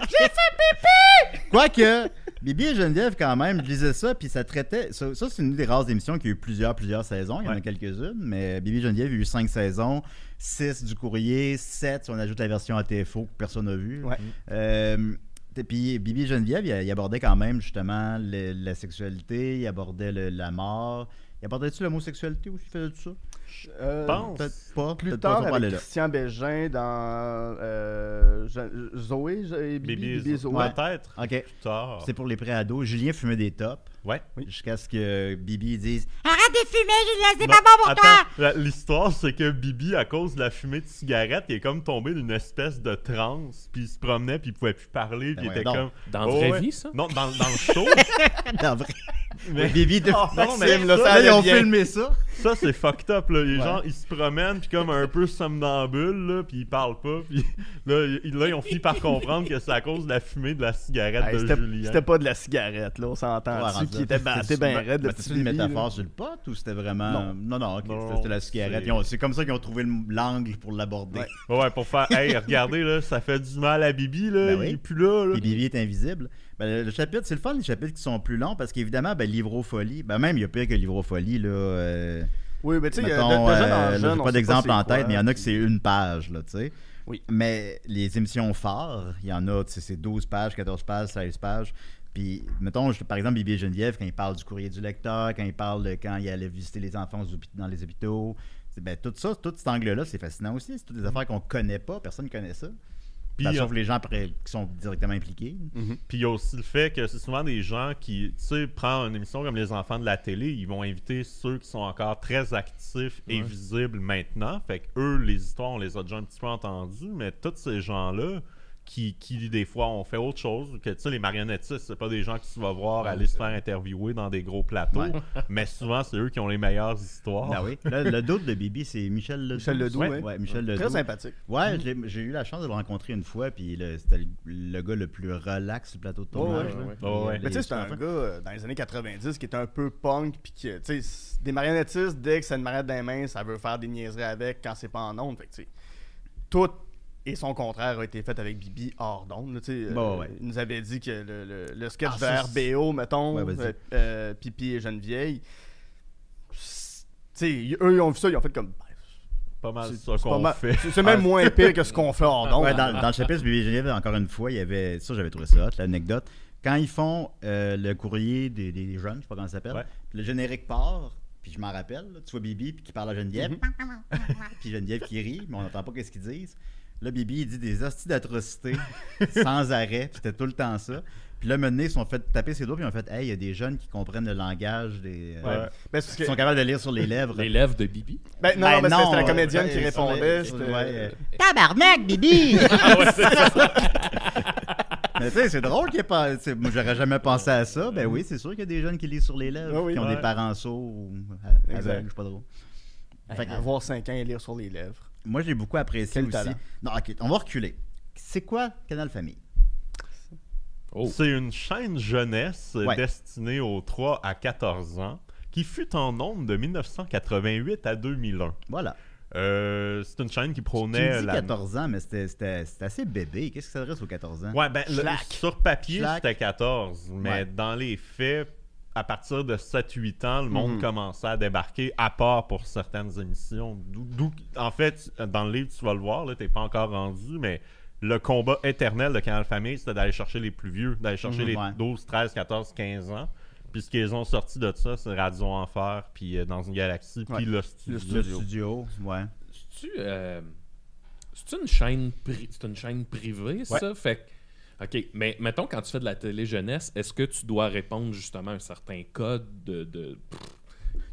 Quoique, Bibi et Geneviève, quand même, je lisais ça, puis ça traitait. Ça, ça, c'est une des rares émissions qui a eu plusieurs, plusieurs saisons. Il y en a
Ouais.
quelques-unes, mais Bibi et Geneviève a eu cinq saisons, six du courrier, sept si on ajoute la version ATFO que personne n'a vue.
Ouais.
Euh, et puis Bibi et Geneviève, il, il abordait quand même justement le- la sexualité, il abordait le- la mort. Il abordait-tu l'homosexualité aussi? Il faisait tout ça?
Euh,
Pense.
Peut-être pas.
Plus
peut-être pas,
tard,
on va
avec
parler là.
Christian Bégin dans euh, Je- Zoé et Bibi,
Bibi et
Bibi et
Zo-
Zoé.
Peut-être
OK.
plus tard.
C'est pour les pré-ados. Julien fumait des tops
Ouais.
jusqu'à ce que Bibi dise
Arrête de fumer, Julien, c'est
Non,
pas bon pour
attends,
toi.
la- L'histoire, c'est que Bibi, à cause de la fumée de cigarette, il est comme tombé d'une espèce de transe, puis il se promenait, puis il pouvait plus parler,
Ben
puis il était
voyons donc.
comme...
Dans
Oh,
vraie
ouais.
vie, ça?
Non, dans, dans le show. <laughs>
Dans Ah, vrai.
mais
Bibi de.
Oh, non, mais
Maxime, là, ça allait
ils ont
bien.
filmé ça.
ça, c'est fucked up, là. Les
Ouais.
gens, ils se promènent, puis comme un peu somnambule, là, puis ils parlent pas, puis <laughs> là, ils, là, ils ont fini par comprendre que c'est à cause de la fumée de la cigarette
Hey,
de
c'était-
Julien.
C'était pas de la cigarette, là, on s'entend.
Ouais,
dessus, qui
rendu
était
là.
batté
C'est-
bien
c'est-
raide, le
ben,
petit
C'est une
Bibi, là.
métaphore sur le pot ou c'était vraiment.
Non.
Non, non, ok,
Non,
c'était- c'était la cigarette.
c'est-
Ils ont- C'est comme ça qu'ils ont trouvé le- l'angle pour l'aborder.
Ouais.
Ouais, ouais, pour faire, hey, regardez, là, ça fait du mal à Bibi, là,
Ben oui.
il est plus là, là.
Puis Bibi est invisible. Ben, le, le chapitre, c'est le fun, les chapitres qui sont plus longs parce qu'évidemment, ben, l'ivrofolie, ben, même il y a pire que l'ivrofolie. Là, euh,
Oui, mais tu sais, il y a de,
mettons,
de jeune
euh,
en
là,
jeune,
j'ai
on
pas
sait
d'exemple
c'est
en
quoi.
tête, mais il y en a que c'est une page, là, tu sais.
Oui.
Mais les émissions phares, il y en a, tu sais, c'est 12 pages, 14 pages, 16 pages. Puis, mettons, je- par exemple, Bibi et Geneviève, quand il parle du courrier du lecteur, quand il parle de quand il allait visiter les enfants aux hôpi- dans les hôpitaux, c'est- ben, tout ça, tout cet angle-là, c'est fascinant aussi. C'est toutes
Mm-hmm.
des affaires qu'on connaît pas, personne ne connaît ça.
Puis,
Ben,
euh,
sauf les gens pré- qui sont directement impliqués.
Puis il y a aussi le fait que c'est souvent des gens qui, tu sais, prennent une émission comme Les Enfants de la télé, ils vont inviter ceux qui sont encore très actifs et visibles maintenant. Fait que eux, les histoires, on les a déjà un petit peu entendues, mais tous ces gens-là qui, qui, des fois, ont fait autre chose, que tu sais, les marionnettistes, c'est pas des gens que tu vas voir aller se faire interviewer dans des gros plateaux,
Ouais.
<laughs> mais souvent, c'est eux qui ont les meilleures histoires.
Ben oui. Le, le doute de Bibi, c'est Michel Ledoux.
Michel Ledoux,
ouais.
ouais.
ouais, Michel
Très
Ledoux.
sympathique.
Ouais, je l'ai- j'ai eu la chance de le rencontrer une fois, puis le- c'était le, le gars le plus relax sur le plateau de tournage.
ouais,
là.
ouais.
Il y
Ouais, ouais.
avait
Mais tu sais,
des
c'est un
enfants.
gars euh, dans les années 90 qui était un peu punk, puis qui, euh, tu sais, c'est- des marionnettistes, dès que ça a une marionnette dans les mains, ça veut faire des niaiseries avec quand c'est pas en onde. Fait que, tu sais, tout et son contraire a été fait avec Bibi hors d'onde. là, tu sais, euh,
Bon, Bah ouais.
Il nous avait dit que le, le- le sketch
Ah, ça,
de RBO, mettons,
Ouais, vas-y.
euh, euh, Pipi et Geneviève, c'est- tu sais, eux, ils ont vu ça, ils ont fait comme. Ben,
Pas mal
c'est-
ça
c'est pas
qu'on
mal-
fait.
c'est- c'est
<laughs>
même moins pire que ce qu'on fait hors d'onde.
Ouais, dans, dans le chapitre Bibi et Geneviève, encore une fois, il y avait. Ça, j'avais trouvé ça hot, l'anecdote. Quand ils font euh, le courrier des, des- des jeunes, je sais pas comment ça s'appelle,
Ouais.
puis le générique part, puis je m'en rappelle, là, tu vois Bibi, puis qui parle à Geneviève, <laughs> puis Geneviève qui rit, mais on n'entend pas qu'est-ce qu'ils disent. Là, Bibi, il dit des hosties d'atrocités sans arrêt, puis c'était tout le temps ça. Puis là, mené, ils se sont fait taper ses doigts, puis ils ont fait Hey, il y a des jeunes qui comprennent le langage des. euh,
Ouais.
Ben, c'est parce que-
Ils sont capables de lire sur les lèvres.
L'élève de Bibi.
ben, non, non,
Ben
mais c'était- c'était la
euh,
comédienne qui
ouais,
répondait.
ouais,
c'était- <laughs> Ah
ouais, euh.
Tabarnak, Bibi!
<laughs> Mais tu sais, c'est drôle qu'il n'y ait pas. tu sais, Moi, j'aurais jamais pensé à ça. Ben oui, c'est sûr qu'il y a des jeunes qui lisent sur les lèvres,
Ah oui,
qui ont
ouais.
des parents sourds ou
Exact.
aveugles, je sais pas trop. Fait que-
avoir 5 ans et lire sur les lèvres.
moi, j'ai beaucoup apprécié
Quel
aussi.
talent.
Non, ok, on va reculer. C'est quoi Canal Famille
Oh.
C'est une chaîne jeunesse
Ouais.
destinée aux 3 à 14 ans qui fut en nombre de 1988 à 2001.
Voilà.
Euh, c'est une chaîne
Tu
qui
me
prônait
dis
la...
14 ans, mais c'était- c'était c'était assez bébé. Qu'est-ce qui s'adresse aux 14 ans
Ouais, ben, le-
Schlack.
sur papier,
Schlack.
c'était 14, mais
Ouais.
dans les faits, à partir de 7-8 ans, le
Hmm.
monde commençait à débarquer, à part pour certaines émissions. D'où- d'où- en fait, dans le livre, tu vas le voir, là, t'es pas encore rendu, mais le combat éternel de Canal Famille, c'était d'aller chercher les plus vieux, d'aller chercher
Mhm,
les
ouais.
12, 13, 14, 15 ans. Puis ce qu'ils ont sorti de ça, c'est Radio Enfer, puis euh, Dans une galaxie, puis
Ouais.
le studio.
Le studio, ouais.
C'est-tu euh, c'est-tu une chaîne pri- c'est une chaîne privée ça fait que- OK, mais mettons quand tu fais de la télé jeunesse, est-ce que tu dois répondre justement à un certain code de, de-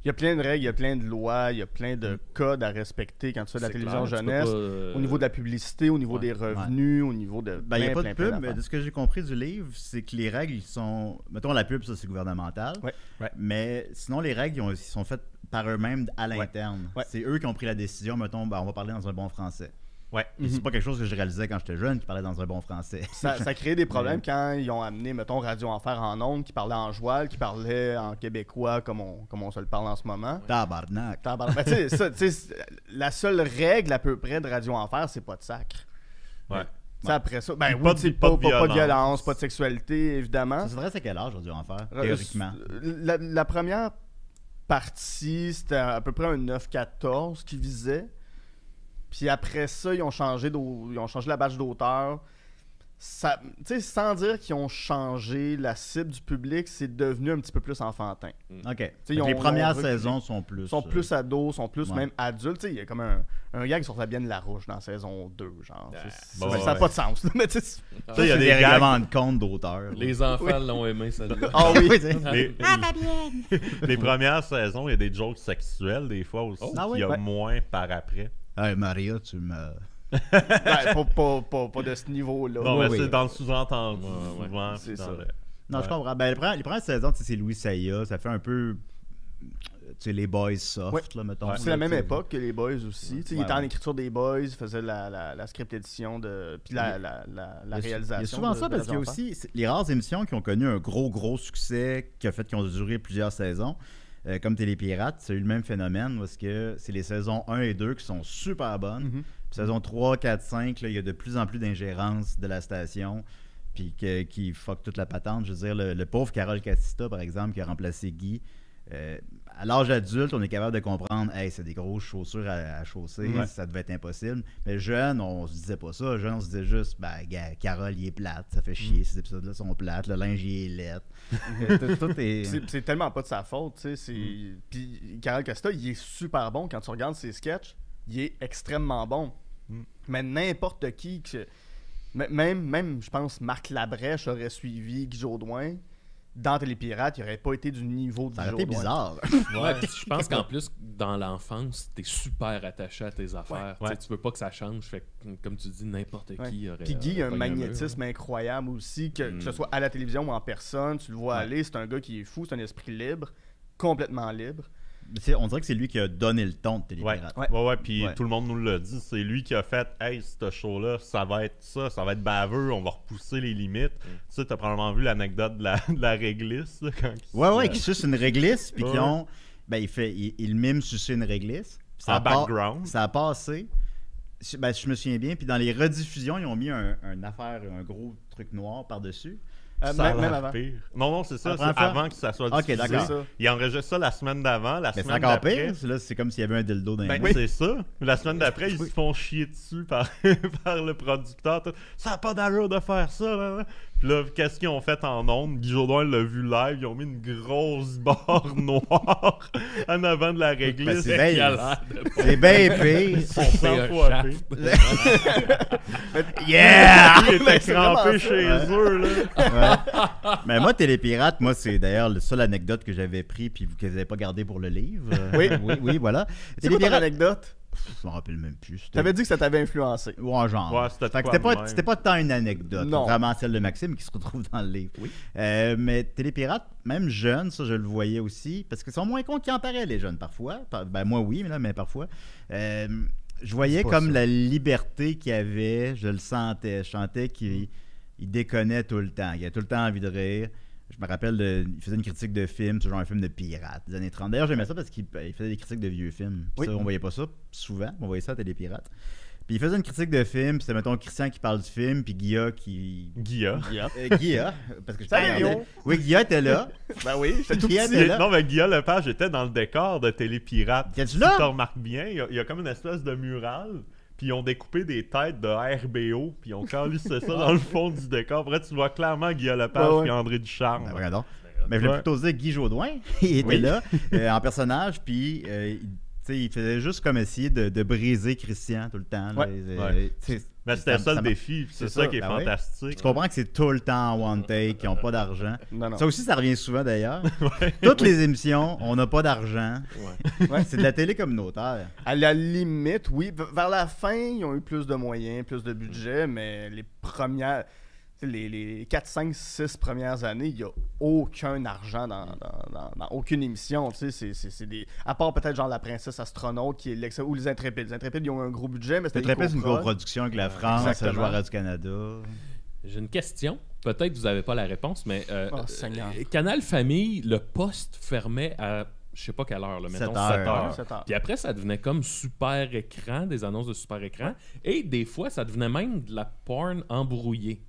Il y a plein de règles, il y a plein de lois, il y a plein de codes à respecter quand tu fais de la
C'est
télévision
clair, tu peux
jeunesse.
pas, euh,
Au niveau de la publicité, au niveau
ouais,
des revenus, au niveau de.
Ben, il n'y a
plein,
pas de
plein, plein
pub, mais
d'affaires.
de ce que j'ai compris du livre, c'est que les règles ils sont. Mettons, la pub, ça, c'est gouvernemental.
Ouais.
Ouais.
Mais sinon, les règles, ils, ont- ils sont faites par eux-mêmes à l'interne.
Ouais.
C'est eux qui ont pris la décision, mettons, ben, on va parler dans un bon français.
Ouais.
Puis C'est pas quelque chose que je réalisais quand j'étais jeune, qui parlait dans un bon français.
Mm-hmm. Ça, ça crée des problèmes quand ils ont amené, mettons, Radio Enfer en ondes, qui parlait en joual, qui parlait en québécois comme on, comme on se le parle en ce moment.
<laughs> Tabarnak.
Tabarnak. Ben, tu sais, ça, tu sais, c'est- la seule règle à peu près de Radio Enfer, c'est pas de sacre.
Ouais.
Tu sais, Après ça, ben
Puis
oui,
pas de-
tu sais,
pas
pas,
de
pas- pas de
violence.
violence, pas de sexualité, évidemment.
Ça se c'est quel âge, aujourd'hui, en faire, théoriquement?
La, la première partie, c'était à peu près un 9-14 qui visait. Puis après ça, ils ont changé, d'au- ils ont changé la badge d'auteur. Ça, tu sais, sans dire qu'ils ont changé la cible du public, c'est devenu un petit peu plus enfantin.
OK. Fait
euh, ils
que les
ont-
premières
ils ont
saisons sont plus... euh,
Ils sont plus ados, sont plus
ouais.
même adultes. Tu sais, il y a comme un, un gag sur Fabienne Larouche dans saison 2, genre. C'est-
bon,
ça n'a
ouais.
pas de sens. là, <laughs> Mais tu sais,
Tu sais, il y a des,
gags-
règlements de compte d'auteur.
les enfants l'ont aimé celle-là. <laughs>
ah <laughs> oui.
c'est-
Les-
<laughs> Ah, Fabienne!
<laughs> Les premières saisons, il y a des jokes sexuels des fois aussi.
Ah oui?
il y a
Ouais.
moins par après.
<laughs> Hey, Maria, tu me...
Ben, pas, pas- pas- pas de ce niveau-là.
Non,
Oh, Oui,
mais
oui.
c'est dans le sous-entendu
ouais.
souvent.
C'est
puis dans
ça.
le-
Non, je
Ouais.
comprends. Ben, les, premières, les premières saisons, tu sais, c'est Louis Saya, ça fait un peu. Tu sais, les boys soft,
Ouais.
là, mettons.
C'est
là,
la même
tu sais.
époque que les Boys aussi. Tu sais, il
Ouais,
était en
ouais.
écriture des Boys, il faisait la, la, la script édition de, puis la, la, la,
Il y
la
a sou-
réalisation.
Il y a souvent
de-
ça
de
parce qu'il y a
Radio
aussi c'est- les rares émissions qui ont connu un gros, gros succès, qui a fait qu'ils ont duré plusieurs saisons. euh, comme Télépirates, c'est eu le même phénomène parce que c'est les saisons 1 et 2 qui sont super bonnes.
Mm-hmm.
Puis saison 3, 4, 5, là, il y a de plus en plus d'ingérence de la station puis que- qui fuck toute la patente. Je veux dire, le, le pauvre Carole Catista, par exemple, qui a remplacé Guy, euh, à l'âge adulte, on est capable de comprendre, hey, c'est des grosses chaussures à, à chausser,
Ouais.
ça devait être impossible. Mais jeune, on se disait pas ça. Jeune, on se disait juste, ben, gars, Carole, il est plate, ça fait chier, ces épisodes-là sont plates, le linge, il est laid. Euh, tout- tout <laughs> est-
C'est c'est tellement pas de sa faute, tu sais. c'est-
Mm.
Puis Carole Costa, il est super bon. Quand tu regardes ses sketchs, il est extrêmement bon.
Mm.
Mais n'importe qui, que- m- même, même je pense, Marc Labrèche aurait suivi Guy Jodoin dans Télépirates, il aurait pas été du niveau de
Ça
Guy
aurait été
Jodoin.
bizarre.
Ouais, puis je pense qu'en plus, dans l'enfance, t'es super attaché à tes affaires.
Ouais.
Tu sais, Tu veux pas que ça change. Fait que, comme tu dis, n'importe
Ouais.
qui aurait.
Puis Guy, il a
aurait
un
pogné mur,
magnétisme incroyable aussi, que, que ce soit à la télévision ou en personne, tu le vois aller, c'est un gars qui est fou, c'est un esprit libre, complètement libre.
Mais c'est- On dirait que c'est lui qui a donné le ton de
Ouais,
Télépirate.
ouais, ouais, puis
Ouais.
tout le monde nous l'a dit. C'est lui qui a fait Hey, ce show-là, ça va être ça, ça va être baveux, on va repousser les limites.
Mm.
Tu sais, t'as probablement vu l'anecdote de la, <laughs> de la réglisse, là, quand il-
Ouais, ouais, qui suce une réglisse, puis
Ouais.
qui ont. Ben, il fait. Il, il mime sucer une réglisse. puis
En
a pas-
background.
Ça a passé. Je- Ben, je me souviens bien. Puis dans les rediffusions, ils ont mis un, un affaire, un gros truc noir par-dessus.
Euh,
Ça a
même, même
l'air
avant.
pire. Non, non, c'est
La
ça, c'est
première fois?
avant que ça soit
Ok,
diffusé.
d'accord.
C'est ça.
Il enregistre ça la semaine d'avant, la
Mais c'est
semaine
encore
d'après.
pire. Là, c'est comme s'il y avait un dildo dans les
Ben,
mains.
c'est ça. La semaine d'après, ils se
Oui.
font chier dessus par, <laughs> par le producteur. tout. Ça n'a pas d'allure de faire ça. là, là. Puis là, qu'est-ce qu'ils ont fait en ondes? Guy Jourdain l'a vu live. Ils ont mis une grosse barre <laughs> noire en avant de la
Ben,
réglisse.
c'est
Il a
bien.
l'air de
C'est bien pire.
On s'en
un
fout à
chef.
peu.
Yeah! Ben,
<laughs>
<laughs>
Il était
c'est vraiment
crampé
ça.
chez
Ouais.
eux. Là.
Ouais. Mais moi, Télépirate, moi, c'est d'ailleurs la seule anecdote que j'avais pris puis que vous n'avez pas gardé pour le livre. Euh,
Oui.
oui, oui, voilà.
C'est quoi ton
Télépirate,
anecdote?
je m'en rappelle même plus. c'était-
T'avais dit que ça t'avait influencé.
Ouais, genre.
Ouais, c'était de
Fait que
quoi
c'était
de
pas,
même.
c'était pas tant une anecdote,
Non.
vraiment celle de Maxime qui se retrouve dans le livre. Euh, mais Télépirate, même jeune, ça je le voyais aussi, parce qu'ils sont moins cons qu'ils en paraît, les jeunes, parfois. Par- ben moi oui, mais, là, mais parfois. Euh, je voyais
pas
comme
ça.
la liberté qu'il avait, je le sentais. Je sentais qu'il il déconnait tout le temps, il a tout le temps envie de rire. Je me rappelle, de- il faisait une critique de film, toujours un film de pirate des années 30. D'ailleurs, j'aimais ça parce qu'il il faisait des critiques de vieux films. Puis
Oui.
ça, on voyait pas ça souvent, on voyait ça à Télépirate. Puis il faisait une critique de film, puis c'était mettons Christian qui parle du film, puis Guilla qui.
Guilla.
Euh, Guilla, parce que je
Salut,
regardais.
Léo.
Oui, Guilla était là.
Ben oui, j'étais tout
Guilla
petit.
était là.
Non, mais Guilla Lepage était dans le décor de Télépirate.
T'es-tu
Si
là?
tu remarques bien, il y a- il y, a comme une espèce de mural. Puis ils ont découpé des têtes de RBO, puis ils ont calissé ça dans le fond du décor. Après, tu vois clairement Guilla Lepage
Ouais, ouais.
puis André Ducharme.
Ben, voyons donc. Mais je voulais
Ouais.
plutôt dire Guy Jodoin. <laughs> Il était
Oui.
là, euh, en personnage, puis euh, il- tu sais, il faisait juste comme essayer de, de briser Christian tout le temps. là.
Ouais.
Euh,
Ouais.
tu sais,
Mais c'était ça,
ça
le
m'a-
défi, puis c'est
c'est
ça,
ça,
qui est
ben ouais.
fantastique.
Tu comprends que c'est tout le temps en one take, ils n'ont pas d'argent.
Non, non.
Ça aussi, ça revient souvent d'ailleurs.
<laughs> Ouais.
Toutes les émissions, on n'a pas d'argent.
Ouais.
Ouais.
C'est de la télé communautaire.
À la limite, oui. V- Vers la fin, ils ont eu plus de moyens, plus de budget, mais les premières. tu sais, Les, les 4, 5, 6 premières années, il n'y a aucun argent dans, dans- dans- dans aucune émission. tu sais, c'est- c'est- c'est des- À part peut-être genre La Princesse Astronaute qui est l'ex- ou Les Intrépides. Les Intrépides, ils ont eu un gros budget, mais
C'est
c'était
très
des
plus une
coprods.
coproduction avec la France, la
Exactement.
Joie du Canada.
J'ai une question. Peut-être que vous n'avez pas la réponse, mais euh,
Oh,
euh,
Seigneur.
Canal Famille, le poste fermait à je sais pas quelle heure, là, mettons 7
Sept heures.
heures.
Sept heures.
Puis après, ça devenait comme super écran, des annonces de super écran. Et des fois, ça devenait même de la porn embrouillée.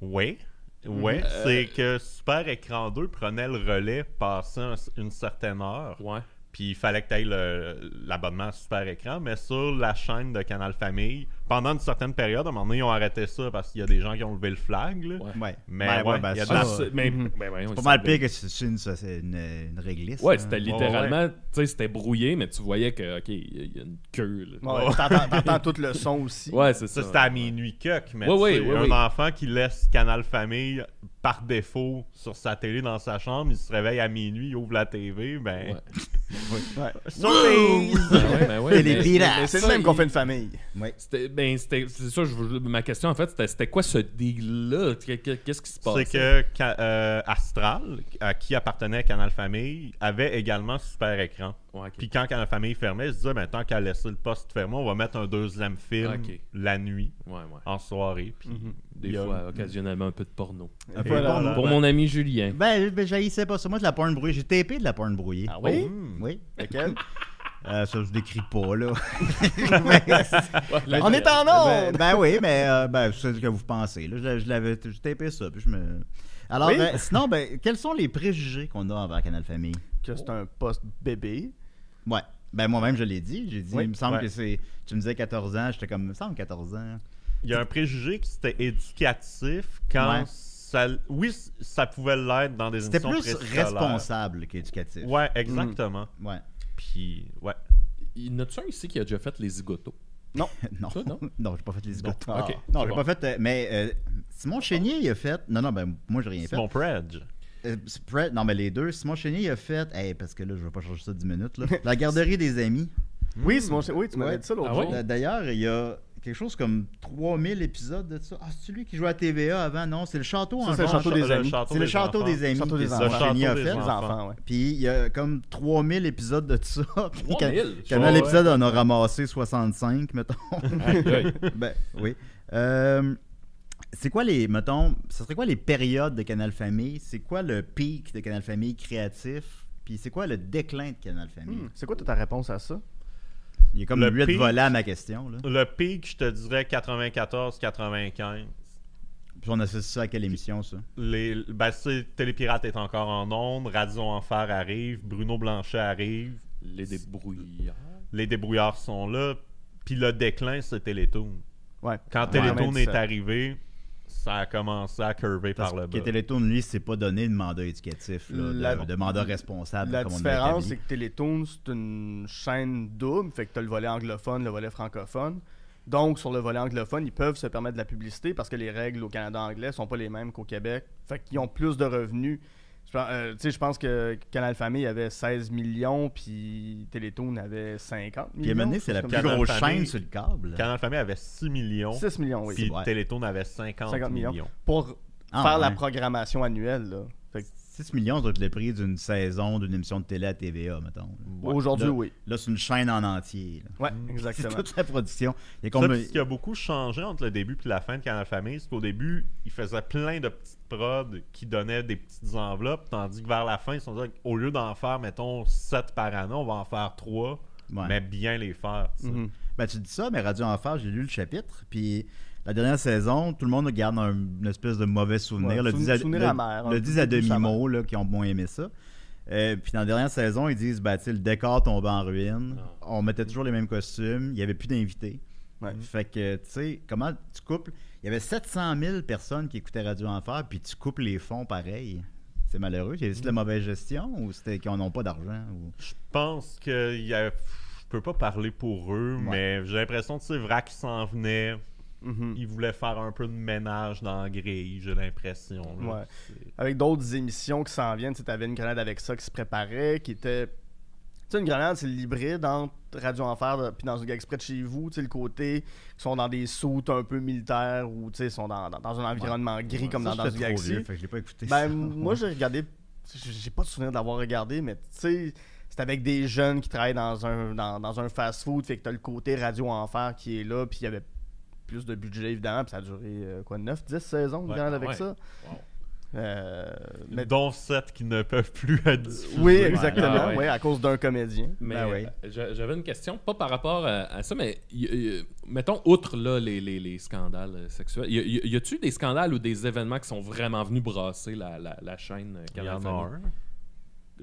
Oui. Ouais,
Euh,
c'est que Super Écran 2 prenait le relais passé un- une certaine heure.
Ouais.
Puis il fallait que tu ailles l'abonnement à Super Écran, mais sur la chaîne de Canal Famille, pendant une certaine période, à un moment donné, ils ont arrêté ça parce qu'il y a des gens qui ont levé le flag. là.
Ouais.
Ouais.
Mais
Ben,
ouais,
ben,
il y a de
ça,
la-
c'est
Ah, mais,
Mhm.
ben, voyons,
pas
ils
mal
savaient.
pire que c'est une, ça, c'est une, une réglisse.
Ouais,
hein.
c'était
ouais.
littéralement, tu sais, c'était brouillé, mais tu voyais que, ok, il y a une queue. là.
Ouais, T'entends t'entends tout le son aussi.
Ouais, c'est ça.
Ça, c'était à minuit coq, mais
Oui, oui,
tu sais,
oui,
un
oui.
enfant qui laisse Canal Famille par défaut sur sa télé dans sa chambre, il se réveille à minuit, il ouvre la TV, ben...
Ouais.
Ouais.
Surprise!
Ben ouais, ben ouais,
Et les
mais-
pirates.
mais
C'est le
ça,
même qu'on
il-
fait une famille.
C'était, ben, c'était, c'est ça, je voulais- ma question en fait, c'était, c'était quoi ce deal-là? Qu'est- qu'est- Qu'est-ce qui se passe?
C'est que ca- euh, Astral, à qui appartenait Canal Famille, avait également Super Écran.
Ouais, ok.
Puis quand Canal Famille fermait, ils se disaient, ben, tant qu'à laisser le poste fermé, on va mettre un deuxième film
Ok.
la nuit,
Ouais, ouais.
en soirée.
Mm.
Puis
Des
il y a-
fois, occasionnellement, un peu de porno.
Un peu
Et
porno.
voilà.
Pour mon ami Julien.
Ben, ben j'haïssais pas ça. Moi, de la porn brouillée. J'ai tapé de la porn brouillée.
Ah oui?
Hmm.
Oui.
Lequel?
Euh, ça, je décris pas, là. <laughs>
On est en
ben,
onde!
ben oui, mais euh, ben, c'est ce que vous pensez. Là. Je, l'avais- je l'avais j'ai tapé ça. Puis je me... Alors,
Oui.
euh, sinon, ben, quels sont les préjugés qu'on a envers Canal Famille?
que c'est un poste bébé.
Ouais. Ben moi-même, je l'ai dit. J'ai dit,
Oui,
il me semble
ouais.
que c'est. Tu me disais 14 ans, j'étais comme, il me semble 14 ans.
Il y a un préjugé que c'était éducatif quand
Ouais.
ça. Oui, c- ça pouvait l'être dans des
C'était
émissions
plus Mm.
préscolaires.
responsable qu'éducatif.
Ouais, exactement.
Ouais. <laughs>
Puis, ouais.
Il y en a-tu un ici qui a déjà fait les zigotos?
non.
Ça, non?
<laughs> non, j'ai pas fait les
Bon,
zigotos.
ok.
Non,
c'est
j'ai
bon.
pas fait. euh, mais euh, Simon Chénier, il a fait. Non, non, ben moi, j'ai rien
C'est
fait.
mon predge.
Euh, Spread- non, mais les deux. Simon Chénier, il a fait. Hey, parce que là, je vais pas changer ça 10 minutes. Là. La garderie des amis.
Oui, Simon, Ch- oui, tu m'avais
Ouais.
dit ça l'autre
Ah ouais?
jour.
D- D'ailleurs, il y a quelque chose comme 3000 épisodes de ça. Ah, c'est lui qui jouait à TVA avant? Non, c'est le château en
Ça, c'est le
genre.
Ah,
château des amis.
C'est le château des amis.
Château
que
des
Simon
enfants.
Chénier a
Château des
fait.
Les enfants, ouais.
Puis il y a comme 3000 épisodes de ça. <laughs> Puis
3000?
Quand, quand
Ouais,
l'épisode, on a ramassé 65, mettons. <laughs>
aïe.
ben, oui. Euh, c'est quoi les, mettons, ce serait quoi les périodes de Canal Famille? C'est quoi le pic de Canal Famille créatif? Puis c'est quoi le déclin de Canal Famille?
Hmm. C'est quoi ta réponse à ça?
Il y a comme
Le
8
pic-
volets à ma question. Là.
Le pic, je te dirais 94-95.
Puis on associe ça à quelle émission, ça?
Les, ben, c'est Télépirate est encore en ondes, Radio Enfer arrive, Bruno Blanchet arrive,
Les débrouillards.
les débrouillards sont là, puis le déclin, c'est Télétoon.
Ouais.
Quand
Ouais.
Télétoon
97.
est arrivé, ça a commencé à curver
Parce
par le
que
bas.
Télétoon, lui, c'est pas donné de mandat éducatif, là,
La-
de, de mandat responsable.
La
comme on l'a
différence,
établi.
c'est que Télétoon, c'est une chaîne double, fait que tu as le volet anglophone, le volet francophone. Donc, sur le volet anglophone, ils peuvent se permettre de la publicité parce que les règles au Canada anglais sont pas les mêmes qu'au Québec. Fait qu'ils ont plus de revenus. Je pense- euh, tu sais, je pense que Canal Famille avait 16 millions, puis Télétoon avait 50 millions.
Puis à un moment donné, c'est la
quelque
plus
chose
Canal
grosse
Famille.
chaîne sur le câble.
Canal Famille avait 6 millions,
comme ça. 6 millions, oui.
puis
vrai.
Télétoon avait 50,
50 millions.
millions.
Pour
Ah,
faire la
ouais.
programmation annuelle. là. Fait que
6 millions, ça doit être le prix d'une saison d'une émission de télé à TVA, mettons. Ouais.
Aujourd'hui,
Là-
oui.
Là, c'est une chaîne en entier. là.
Ouais,
C'est
exactement.
toute la production. Il y a
Ça,
combien-
puis ce qui a beaucoup changé entre le début et la fin de Canal Famille, c'est qu'au début, ils faisaient plein de petites prods qui donnaient des petites enveloppes, tandis que vers la fin, ils se sont dit au lieu d'en faire, mettons, 7 par année, on va en faire 3,
Ouais.
mais bien les faire. tu sais.
Mhm.
Ben, tu dis ça, mais Radio Enfer, j'ai lu le chapitre. Puis la dernière saison, tout le monde garde un- une espèce de mauvais souvenir.
Ouais,
le
sou-
disent à,
souvenir
le-
amer, un
le
peu
disent à
plus
demi-mot, là, qui ont moins aimé ça. Euh, puis dans la dernière saison, ils disent ben, tu sais, le décor tombait en ruine. On mettait toujours les mêmes costumes. Il n'y avait plus d'invités.
Ah. Ouais.
Fait que, tu sais, comment tu couples Il y avait 700 000 personnes qui écoutaient Radio Enfer, puis tu coupes les fonds pareil. C'est malheureux. Il y avait
Mm.
juste de la mauvaise gestion ou c'était qu'ils n'en ont pas d'argent ou...
Je pense que il y a... je peux pas parler pour eux, mais j'ai l'impression que Vrac s'en venait.
Mhm.
Ils voulaient faire un peu de ménage dans la grille, j'ai l'impression. là.
Ouais. Avec d'autres émissions qui s'en viennent, tu avais une grenade avec ça qui se préparait, qui était. Tu sais, une grenade, c'est l'hybride entre Radio Enfer là, puis dans une gag exprès de chez vous, tu sais, le côté qui sont dans des soutes un peu militaires ou tu sais, sont dans, dans, dans un environnement gris comme
Ça,
dans, dans
j'étais
une
trop
gag
vieux, fait que je l'ai pas écouté.
Ben,
ça.
moi, j'ai regardé. J'ai j'ai pas de souvenir d'avoir regardé, mais tu sais, c'est avec des jeunes qui travaillent dans un, dans, dans un fast-food. Fait que t'as le côté Radio Enfer qui est là, puis il y avait plus de budget, évidemment, puis ça a duré euh, quoi, 9, 10 saisons,
Ouais, Ah
de Garde avec
ouais.
ça.
Wow.
Euh, mais-
Dont 7 qui ne peuvent plus être diffusés.
oui, exactement,
Ah ouais.
ouais, à cause d'un comédien.
Mais
Ben oui.
euh, j'a- j'avais une question, pas par rapport à, à ça, mais y- y- mettons, outre là, les, les- les scandales euh, sexuels, y, y- y a-tu des scandales ou des événements qui sont vraiment venus brasser la, la- la chaîne euh,
Il y
Canal
en a
Famille?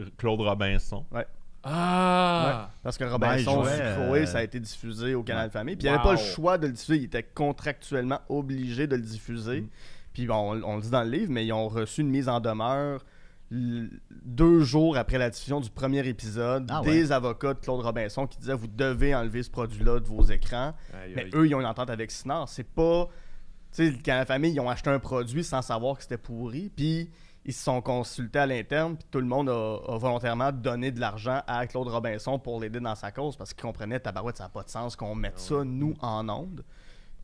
un. Claude Robinson.
Ah!
Parce que Robinson
Ben, je jouais,
Sucroé,
euh,
ça a été diffusé au Canal Famille. Puis il n'y
Wow.
avait pas le choix de le diffuser. Il était contractuellement obligé de le diffuser. Puis bon, on, on le dit dans le livre, mais ils ont reçu une mise en demeure l- deux jours après la diffusion du premier épisode
Ah ouais.
des avocats de Claude Robinson qui disaient vous devez enlever ce produit-là de vos écrans.
Aïe,
Mais
aïe.
eux, ils ont une entente avec Sinor. C'est pas. Tu sais, le Canal Famille, ils ont acheté un produit sans savoir que c'était pourri. Puis ils se sont consultés à l'interne. Puis tout le monde a, a volontairement donné de l'argent à Claude Robinson pour l'aider dans sa cause parce qu'ils comprenaient, tabarouette, ça n'a pas de sens qu'on mette ça, nous, en onde.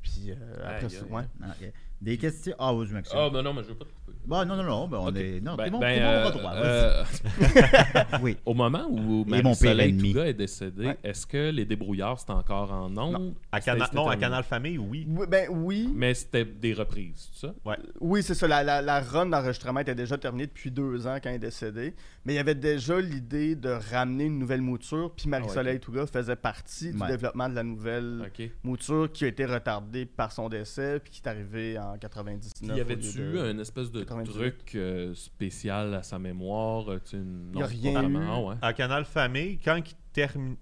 Puis euh, après
Ah Aïe,
ça,
aï,
ouais.
aïe.
Ah, ok. Des questions. Ah, oui, je m'excuse.
Ah, ben non, mais je veux pas te couper.
Bon, non, non, non, ben on
Ok.
est. Non,
Ben-
t'es bon,
ben,
t'es bon, on va
euh,
droit. vas-y.
euh,
<laughs> Oui.
au moment où
Et mon pire
Marie-Soleil
ennemi.
Touga est décédée,
Ouais.
est-ce que les débrouillards, c'était encore en ondes?
À
C'était-
Cana-
c'était
non, à
terminé.
Canal Famille, oui.
Oui, ben oui,
Mais c'était des reprises, c'est ça?
oui c'est ça. La, la, la run d'enregistrement était déjà terminée depuis deux ans quand il est décédé. Mais il y avait déjà l'idée de ramener une nouvelle mouture. Puis
Ah
Marie-Soleil Touga faisait partie du
Ouais. Mm.
développement de la nouvelle
OK.
mouture qui a été retardée par son décès puis qui est arrivée en en 99.
Il y
au lieu
avait-tu
de-
un espèce de
98?
truc euh, spécial à sa mémoire? euh, tu sais, une-
Il y a
non,
rien
pas
eu.
vraiment, ouais.
À Canal Famille, quand il termine.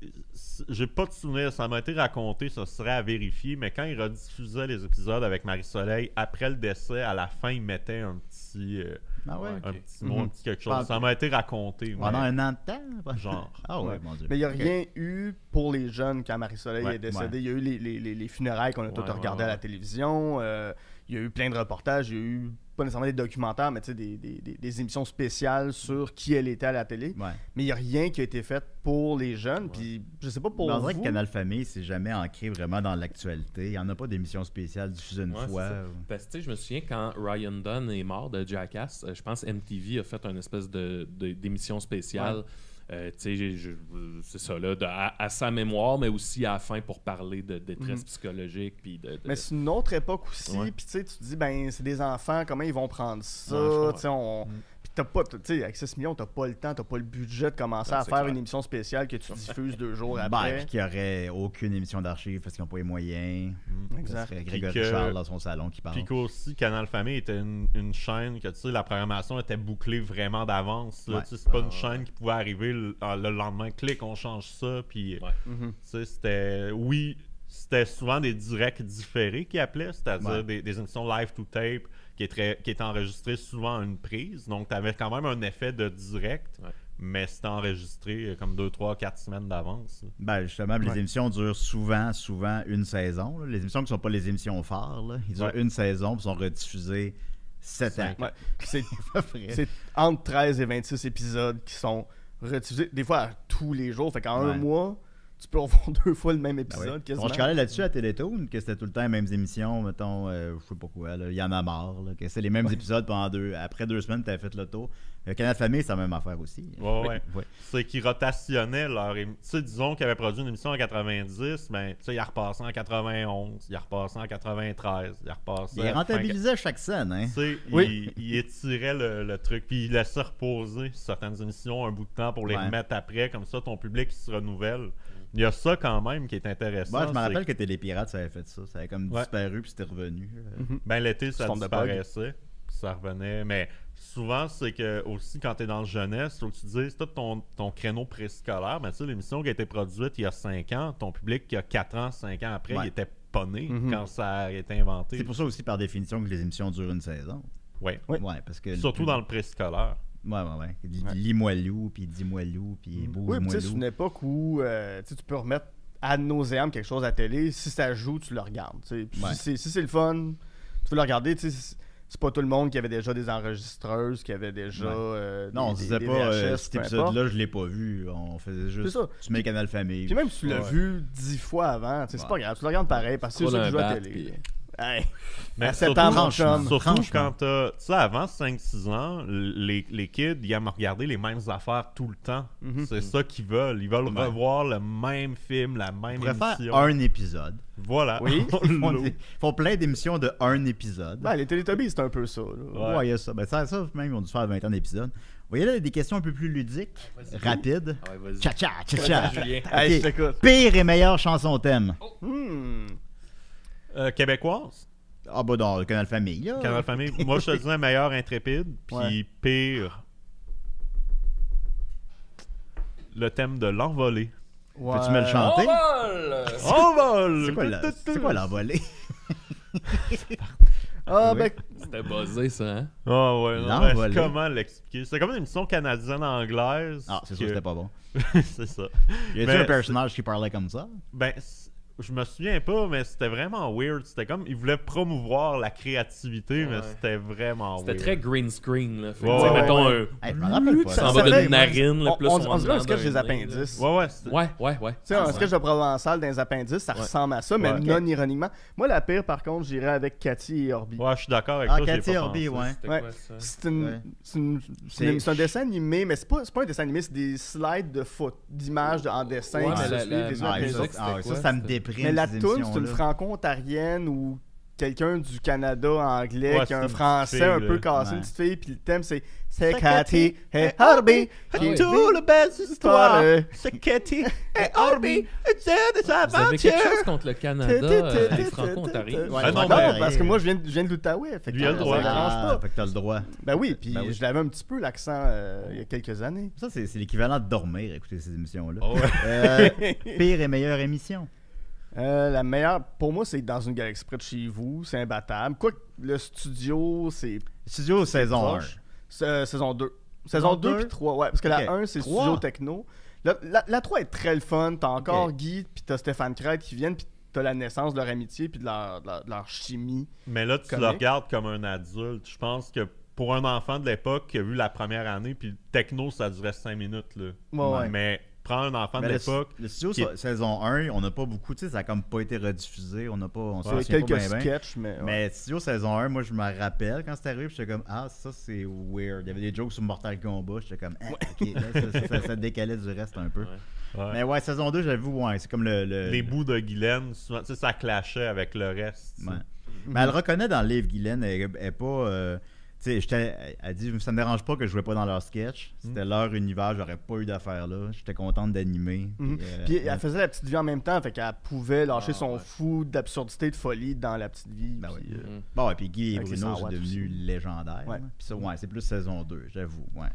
J'ai pas de souvenir, ça m'a été raconté, ça serait à vérifier, mais quand il rediffusait les épisodes avec Marie-Soleil, après le décès, à la fin, il mettait un petit. euh,
Ah ouais?
un
ok.
petit mot, un
Mhm.
petit quelque
Pas-
chose. Ça m'a été raconté.
Pendant
mais-
un an de temps? pendant-
Genre.
Ah ouais,
Ouais.
mon Dieu.
Mais il n'y a
Ok.
rien eu pour les jeunes quand Marie-Soleil
Ouais,
est décédée. Il y a eu les, les- les- les funérailles qu'on a tous
Ouais, ouais,
regardées à
ouais.
la télévision. euh, il y a eu plein de reportages. Il y a eu pas nécessairement des documentaires, mais tu sais, des, des- des- des émissions spéciales sur qui elle était à la télé.
Ouais.
Mais il n'y a rien qui a été fait pour les jeunes. Puis je sais pas pour.
Mais Ben, on dirait
vous,
que Canal Famille, c'est jamais ancré vraiment dans l'actualité. Il n'y en a pas d'émission spéciale diffusée une
Ouais, c'est
fois.
ça.
ou-
Parce que tu sais, je me souviens quand Ryan Dunn est mort de Jackass, euh, je pense MTV a fait une espèce de, de- d'émission spéciale. euh, tu sais, j'ai- je- euh, c'est ça là, de- à, à sa mémoire, mais aussi à la fin pour parler de détresse psychologique. Puis de, de-
Mhm. Mais c'est une autre époque aussi,
Ouais.
puis tu sais, tu te dis, ben, c'est des enfants, comment ils vont prendre ça,
Ouais, je comprends. Mm.
tu sais, on... Puis t'as pas, tu sais, avec 6 millions, t'as pas le temps, t'as pas le budget de commencer
Non,
à
c'est
faire
clair.
une émission spéciale que
<laughs>
tu diffuses deux jours
Ben,
après.
puis qu'il n'y aurait aucune émission d'archives parce qu'ils n'ont pas les moyens. Ce
exact.
serait
Puis
Grégory
que-
Charles dans son salon qui parle.
Puis qu'aussi, Canal Famille était une, une chaîne que, tu sais, la programmation était bouclée vraiment d'avance. là.
Ouais.
Tu sais, C'est pas une chaîne qui pouvait arriver le, ah, le lendemain, clic, on change ça. Puis,
Ouais.
tu sais, c'était. Oui, c'était souvent des directs différés qui appelaient, c'est-à-dire
Ouais.
des, des émissions live to tape qui étaient, qui étaient enregistrées souvent à une prise. Donc, tu avais quand même un effet de direct,
Ouais.
mais c'était enregistré euh, comme 2, 3, 4 semaines d'avance.
Ben, justement, les
Ouais.
émissions durent souvent, souvent une saison. là. Les émissions qui ne sont pas les émissions phares, là. ils durent
Ouais.
une saison puis sont rediffusées sept ans.
Ouais. Puis C'est
<laughs> À peu près.
c'est entre 13 et 26 épisodes qui sont rediffusés, des fois à tous les jours, fait qu'en un
Ouais.
mois, tu peux revoir <laughs> deux fois le même
Ben oui.
épisode, quasiment.
On se calait là-dessus à Télétoon, que c'était tout le temps les mêmes émissions, mettons, euh, je sais pas quoi, là, il y en a marre, là, que c'est les mêmes épisodes pendant deux. Après deux semaines, t'avais fait le tour. Euh, Canal Famille, c'est la même affaire aussi.
Ouais, ouais.
Ouais.
c'est qu'ils rotationnaient leur émission. Tu sais, disons qu'ils avaient produit une émission en 90, mais tu sais, ils repassaient en 91, ils repassaient en 93, ils repassaient.
Ils rentabilisaient chaque scène, hein.
Tu sais,
Oui.
ils, ils étiraient le, le truc, puis ils laissaient reposer certaines émissions un bout de temps pour les
Ouais.
remettre après, comme ça ton public il se renouvelle. Il y a ça quand même qui est intéressant.
Moi, je me
c'est
rappelle que Télépirates, ça avait fait ça. Ça avait comme
Ouais.
disparu, puis c'était revenu. euh.
Ben, l'été, ça
forme de bug.
disparaissait. puis Ça revenait. Mais souvent, c'est que aussi quand t'es dans le jeunesse, faut que tu dises tout ton, ton créneau préscolaire. Mais tu sais, l'émission qui a été produite il y a 5 ans, ton public qui a 4 ans, 5 ans après,
Ouais. Mm-hmm.
il était pas né
Mhm.
quand ça a été inventé.
C'est pour ça aussi, par définition, que les émissions durent une saison.
Ouais.
Oui.
Ouais, parce que...
Surtout dans le préscolaire.
Ouais, ouais, ouais. Lis-moi loup, puis dis-moi loup, puis
Mm. Oui,
bouge-moi
puis tu sais, c'est
loup.
une époque où euh, tu sais, tu peux remettre ad nauseam quelque chose à la télé. Si ça joue, tu le regardes. tu sais. Puis
Ouais.
Si c'est si c'est le fun, tu peux le regarder. tu sais, C'est c'est pas tout le monde qui avait déjà des enregistreuses, qui avait déjà.
Ouais.
euh,
Non, on
des-
se disait
des- des
pas,
VHS,
euh, cet
peu importe.
épisode-là, je l'ai pas vu. On faisait juste...
C'est ça.
Tu mets Canal Famille.
Puis même si tu l'as
Ouais.
vu dix fois avant, tu sais, c'est
Ouais.
pas grave. Tu le regardes pareil parce que c'est
Scroll un
ça qui joue à la
bat,
télé.
puis-
là. Hey.
Mais
À
surtout,
sept ans, mon
franchement,
chum.
surtout
franchement.
quand t'as. Tu sais, avant 5-6 ans, les, les kids, ils aiment regarder les mêmes affaires tout le temps. C'est ça qu'ils veulent. Ils veulent
Mm-hmm. Ouais.
revoir le même film, la
On
même
pourrait faire
émission.
un épisode.
Voilà.
Oui.
<laughs> On
<laughs> Ils font,
l'ouvre.
des- font plein d'émissions de un épisode.
Ben, les Teletubbies, c'est un peu ça. là.
ouais.
ouais, il y a ça. Ben, ça, ça, même, ils ont dû faire 20 ans d'épisodes. Vous voyez là, des questions un peu plus ludiques, rapides.
Ah ouais, vas-y.
Cha-cha, cha-cha.
Julien. Oh.
Ok.
Hey, je t'écoute.
Pire et meilleure chanson thème.
Hmm.
Euh, québécoise.
Ah, bah, dans le canal famille, là.
Canal
<laughs>
Famille. Moi, je te disais meilleur intrépide, puis
Ouais.
pire. Le thème de l'envolée.
Peux-tu me le
Ouais.
Oh,
chanter?
bah! Envol!
Envol!
C'est quoi, la- c'est quoi
<laughs>
l'envolée?
Ah,
Oui.
ben,
C'était buzzé ça, hein?
Ah ouais, non, mais
L'envolée.
comment l'expliquer? C'est comme une émission canadienne-anglaise.
Ah, c'est sûr que c'était pas bon.
pas. <laughs> c'est ça.
Y a-tu
Mais-
Ben,
un personnage qui parlait comme ça?
Ben, c- je me souviens pas, mais c'était vraiment weird. C'était comme, ils voulaient promouvoir la créativité, mais
Ouais.
c'était vraiment
C'était
weird.
très green screen, là. Fait que,
Ouais,
tu sais,
ouais,
mettons
ouais.
un.
Hey, je me rappelle
Ça
pas.
Ça
en va
fait-
d'une narine, là,
on,
plus
on, on dirait un sketch des appendices.
Ouais, ouais. c'était-
Ouais, ouais, Ah, ouais.
Tu sais, un sketch de Provençal dans les appendices, ça ressemble à ça, mais
Ouais.
non ironiquement. Moi, la pire, par contre, j'irais avec Cathy et Orbi.
Ouais, je suis d'accord avec
Ah,
toi. j'ai
Cathy
pas
Orby,
pensé.
ouais.
C'était
Ouais.
quoi ça?
C'est une-
Ouais.
c'est une- c'est une- c'est un dessin animé, mais c'est pas, c'est pas un dessin animé, c'est des slides de photos, d'images de- en dessin
Ouais,
qui
mais
se
la-
Euh,
suivent
la-
les unes
la
après
Ah,
les
ça,
musique,
autres.
c'était
ah,
quoi,
ça, ça me
c'était-
déprime.
Mais la
ces
toune, c'est une
émissions-là.
franco-ontarienne où quelqu'un du Canada anglais
Ouais,
qui
c'est
a
une
un
petite
français
fille,
un
là.
peu cassé,
Ouais.
une petite fille, puis le thème c'est C'est Cathy et Harvey
Ah oui.
qui
Tout
le belles histoires.
C'est Katie
Et Harvey, c'est des
Vous avez quelque chose contre le Canada, euh, les Franco-Ontariens?
Ouais,
Ah
non,
non,
mais-
parce que moi je viens de, je viens de l'Outaouais. fait que
Lui a le
ça
droit.
me dérange
Ah,
pas.
fait que t'as le droit.
Ben oui, puis
Ben oui.
je l'avais un petit peu l'accent euh, il y a quelques années.
Ça, c'est c'est l'équivalent de dormir, écouter ces émissions-là.
Oh, ouais.
<laughs>
Euh, pire et meilleure émission.
Euh, la meilleure, pour moi, c'est dans une galaxie près de chez vous, c'est imbattable. Quoi que le studio, c'est
Studio saison 1.
proche. C'est, euh, saison 2. Saison
Saison
2 puis
deux?
3, ouais, parce que
Ok.
la 1, c'est
Trois.
studio techno. La, la, 3 est très le fun, t'as encore
Ok.
Guy, puis t'as Stéphane Craig qui viennent, puis t'as la naissance de leur amitié, puis de leur, de leur- de leur chimie.
Mais là, tu le
Comique.
regardes comme un adulte. Je pense que pour un enfant de l'époque qui a vu la première année, puis le techno, ça durait 5 minutes. Là.
Ouais, ouais.
Mais prends un enfant
Ben,
de
le,
l'époque.
le studio
qui-
sa- saison 1, on n'a pas beaucoup, tu sais, ça a comme pas été rediffusé, on n'a pas, on s'en
Il y a
souvient
quelques
pas bien,
sketchs, mais. ouais.
Mais Studio saison 1, moi je me rappelle quand c'était arrivé, puis j'étais comme Ah, ça c'est weird. Il y avait des jokes sur Mortal Kombat, j'étais comme Ah, ok, là, ça, ça- ça- ça décalait du reste un peu.
Ouais.
Mais ouais, saison 2, j'avoue, ouais, c'est comme le. le-
Les bouts de Guylaine, souvent, tu sais, ça clashait avec le reste. tu sais.
Ouais. Mais elle reconnaît dans le livre, Guylaine, elle elle est pas. euh, tu sais, j'étais- elle- elle dit Ça me dérange pas que je jouais pas dans leur sketch.
Mm.
C'était leur univers, j'aurais pas eu d'affaires là. J'étais contente d'animer.
Mhm.
Puis, euh,
Puis elle
ouais.
faisait la petite vie en même temps, fait qu'elle pouvait lâcher
Ah,
son
ouais.
fou d'absurdité, de folie dans la petite vie.
Ben
puis,
oui.
euh,
Bon, ouais, puis Guy et
Avec les
Bruno,
100
c'est devenu légendaire.
Ouais.
Puis ça, ouais, c'est plus saison 2, j'avoue. Ouais.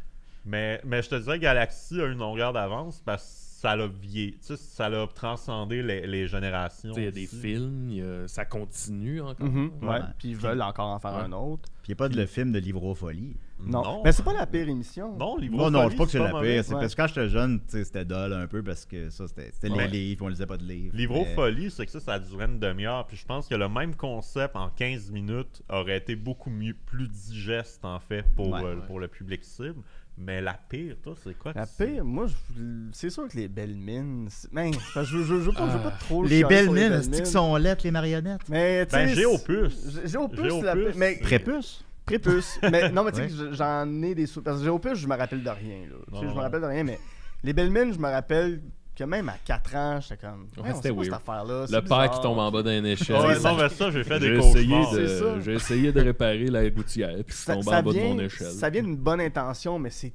Mais, mais je te dirais que Galaxy a une longueur d'avance parce que ça l'a vieilli. tu sais, Ça l'a transcendé les, les générations.
Tu sais, Il y a des
aussi.
films, il y a- ça continue encore.
mhm, ouais.
Ouais.
Puis ils veulent encore en faire
Ouais.
un autre.
Puis il n'y a pas de le film de Livrofolie. Oh
Non.
Non.
Mais c'est pas la pire émission.
Non,
Non, non, je pense pas que c'est la pire. C'est
ouais.
parce que quand j'étais jeune, tu sais, c'était dol un peu parce que ça, c'était c'était
Ouais.
les livres, on lisait pas de livres. Mais-
Livrofolie, c'est que ça, ça durait une demi-heure. Puis je pense que le même concept en 15 minutes aurait été beaucoup mieux, plus digeste en fait pour,
Ouais.
euh, pour le public cible. Mais la pire, toi, c'est quoi
La
que c'est?
pire, moi, je- c'est sûr que les belles mines. c'est- Man, c'est parce que je, je, je veux pas, je veux pas trop.
Les
chialer
belles
sur
mines,
belles
cest qui sont lettres, les marionnettes?
Mais tu sais.
Ben, Géopus.
G- Géopus, c'est la
Géopus.
pire. Mais
Prépuce?
prépuce. mais non, mais tu sais,
Ouais.
que je- j'en ai des sous. Parce que Géopus, je me rappelle de rien. Là. Tu sais,
Non,
je
non.
me rappelle de rien, mais les belles mines, je me rappelle que même à 4 ans, j'étais comme.
Ouais,
Ouais,
c'était
c'était
weird.
Cette affaire-là,
Le père qui tombe en bas d'un échelle.
Ah ouais, non, mais ça, j'ai fait
J'ai
des
essayé,
cauchemars.
C'est ça.
de, j'ai essayé de réparer la gouttière, puis c'est
Ça,
tombé
ça
en bas
vient,
de mon échelle.
ça vient d'une bonne intention, mais c'est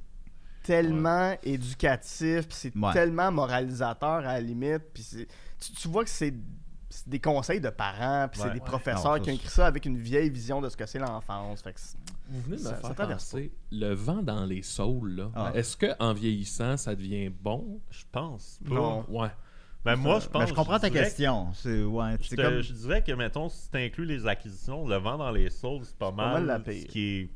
tellement éducatif, puis c'est
Ouais.
tellement moralisateur à la limite, puis c'est- tu, tu vois que c'est c'est des conseils de parents, puis
Ouais.
c'est des
Ouais.
professeurs
Non, ça,
qui
c'est-
ont écrit ça avec une vieille vision de ce que c'est l'enfance. Fait que c'est-
Vous venez de me
Ça-
faire
ça traverse
penser, le vent dans les saules, là,
Ah.
est-ce qu'en vieillissant, ça devient bon?
Je pense pas.
Non.
Ouais.
Ben, moi, je pense.
Ben, je comprends ta
dirais que-
question. C'est ouais,
Je,
c'est
te-
comme...
je dirais que, mettons, si tu inclus les acquisitions, le vent dans les saules, c'est pas mal.
mal la
ce
pire.
qui est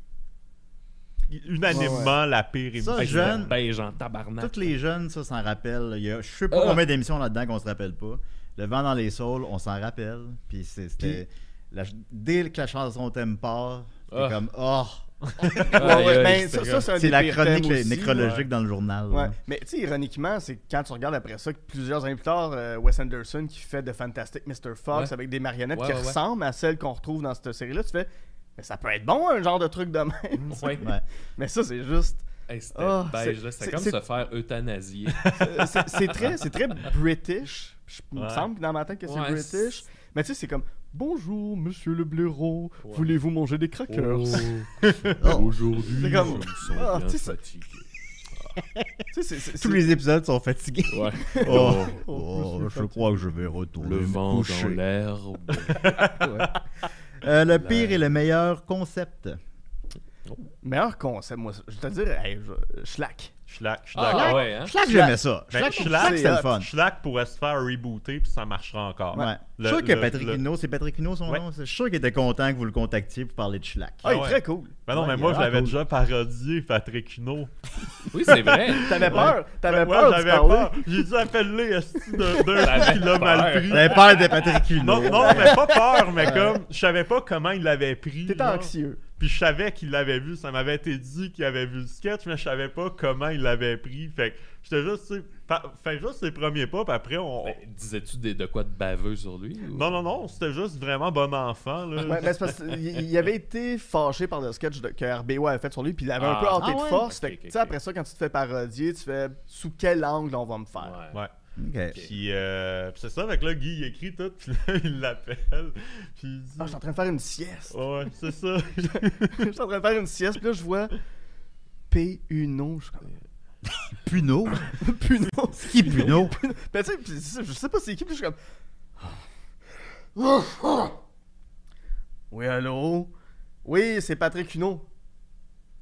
unanimement la pire émission.
Ah,
Ça, jeune,
Beige en tabarnak.
Toutes les jeunes, ça s'en rappelle. Il y a, je sais pas
Ah.
combien d'émissions là-dedans qu'on se rappelle pas. Le vent dans les saules, on s'en rappelle. Puis c'est- c'était. la- Dès que la chanson t'aime pas, t'es
Ah.
comme oh,
Aïe,
Ouais, ouais,
aïe,
ben,
c'est
ça, ça,
grave.
c'est un
c'est
des
la
pires
chronique
thèmes aussi,
nécrologique
ouais.
dans le journal.
Ouais.
là.
Mais tu sais, ironiquement, c'est quand tu regardes après ça que plusieurs années plus tard, euh, Wes Anderson qui fait de Fantastic Mr. Fox
Ouais.
avec des marionnettes
Ouais,
qui
ouais, ouais.
ressemblent à celles qu'on retrouve dans cette série-là, tu fais, mais ça peut être bon un genre de truc de même.
<laughs> Ouais.
Ouais.
mais ça, c'est juste.
Hey, c'était
Ah,
beige,
c'est-
là. C'était
c'est-
comme
c'est-
se faire
<laughs>
euthanasier.
Euh, c'est- c'est très, c'est très british. Je- Il me
Ouais.
semble que dans ma tête que c'est
Ouais,
british. Mais tu sais, c'est comme Bonjour, monsieur le blaireau, voulez-vous manger des crackers
Oh.
<laughs>
Aujourd'hui,
C'est comme-
nous
Ah,
sommes bien
tu sais, ça-
fatigués.
Tu sais, c'est- c'est-
Tous
c'est-
les épisodes sont fatigués.
<laughs> Ouais.
Oh,
Oh,
oh, je crois que je vais retourner.
Le
me
vent
coucher.
dans l'herbe.
Euh, le pire et le meilleur concept.
Ah.
Meilleur concept, moi, je te dirais, hey, je, Schlack.
Schlack, Schlack.
Ah ouais, hein?
Schlack, j'aimais ça.
Ben,
Schlack,
Schlack,
Schlack, c'était le
c'est
fun.
Schlack pourrait se faire rebooter puis ça marchera encore.
Ouais.
Le-
je suis sûr que
le-
Patrick
le-
Hinault, c'est Patrick Hinault son
Ouais.
nom. c'est- Je suis sûr qu'il était content que vous le contactiez pour parler de Schlack.
Ah, il est
ouais.
très cool.
Ben non,
Ouais,
mais
il
moi,
est
je l'avais
cool.
déjà parodié, Patrick Hinault.
Oui, c'est
<laughs>
vrai.
T'avais peur, t'avais
Ouais,
peur de
j'avais
parler.
peur. J'ai dû appeler esti, d'un d'un qui l'a mal
peur.
pris.
J'avais peur de Patrick Hinault.
Non, non, mais pas peur, mais comme, je savais pas comment il l'avait pris.
T'étais
genre.
anxieux.
Puis je savais qu'il l'avait vu, ça m'avait été dit qu'il avait vu le sketch, mais je savais pas comment il l'avait pris. Fait que j'étais juste, tu sais, pa- fait juste ses premiers pas, puis après on.
Ben, Disais-tu des- de quoi de baveux sur lui? ou-
Non, non, non, c'était juste vraiment bon enfant, là.
Ouais, mais c'est parce qu'il il avait été fâché par le sketch de- que RBO avait fait sur lui, puis il avait un
Ah.
peu hanté
Ah ouais?
de force.
Ok,
fait que,
ok,
tu sais,
ok.
après ça, quand tu te fais parodier, tu fais sous quel angle on va me faire.
Ouais.
Ouais.
Ok.
Puis, euh, puis c'est ça, avec là, Guy, il écrit tout, <laughs> puis là, il l'appelle. Puis il dit.
Ah, je suis en train de faire une sieste.
Ouais, c'est ça.
<laughs>
<laughs>
je suis en train de faire une sieste, puis là, je vois P-U-N-O. Je
Puneau.
suis comme, Puno.
Qui Puneau?
<laughs> Ben, tu sais, puis c'est ça, je sais pas c'est qui, puis je suis comme. Ouf, ouf. Oui, allô? Oui, c'est Patrick Huneau.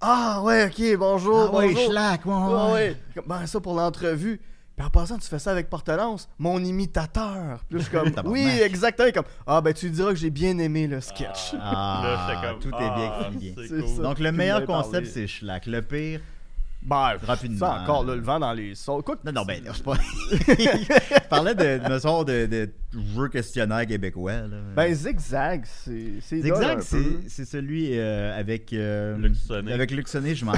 Ah, ouais, ok, bonjour.
Ah ouais,
Oh, bonjour.
Schlack, ouais,
Ah,
ouais.
ouais. Comme, Ben, ça pour l'entrevue. Puis en passant, tu fais ça avec Portelance, mon imitateur. Puis là, je suis comme, oui,
Tabarnak.
exactement. Il est Comme, ah, ben, tu lui diras que j'ai bien aimé le sketch.
Là, j'étais
Ah,
comme,
tout est bien
ah,
qui finit bien.
C'est
C'est ça.
cool.
Donc, le
Tu
meilleur
m'avais parlé.
concept, c'est Schlack. Le pire,
Ben,
Rapidement.
Ça encore, là, le vent dans les sauts. Quoi que-
Non, non,
<laughs>
ben, là, c'est pas. <laughs> Je parlais de, de me sorte de, de jeu questionnaire québécois. Là.
Ben, zigzag, c'est. c'est là, un
Zigzag,
peu.
c'est c'est celui euh, avec. euh,
Luc Sonnet.
Avec Luc Sonnet, je m'en.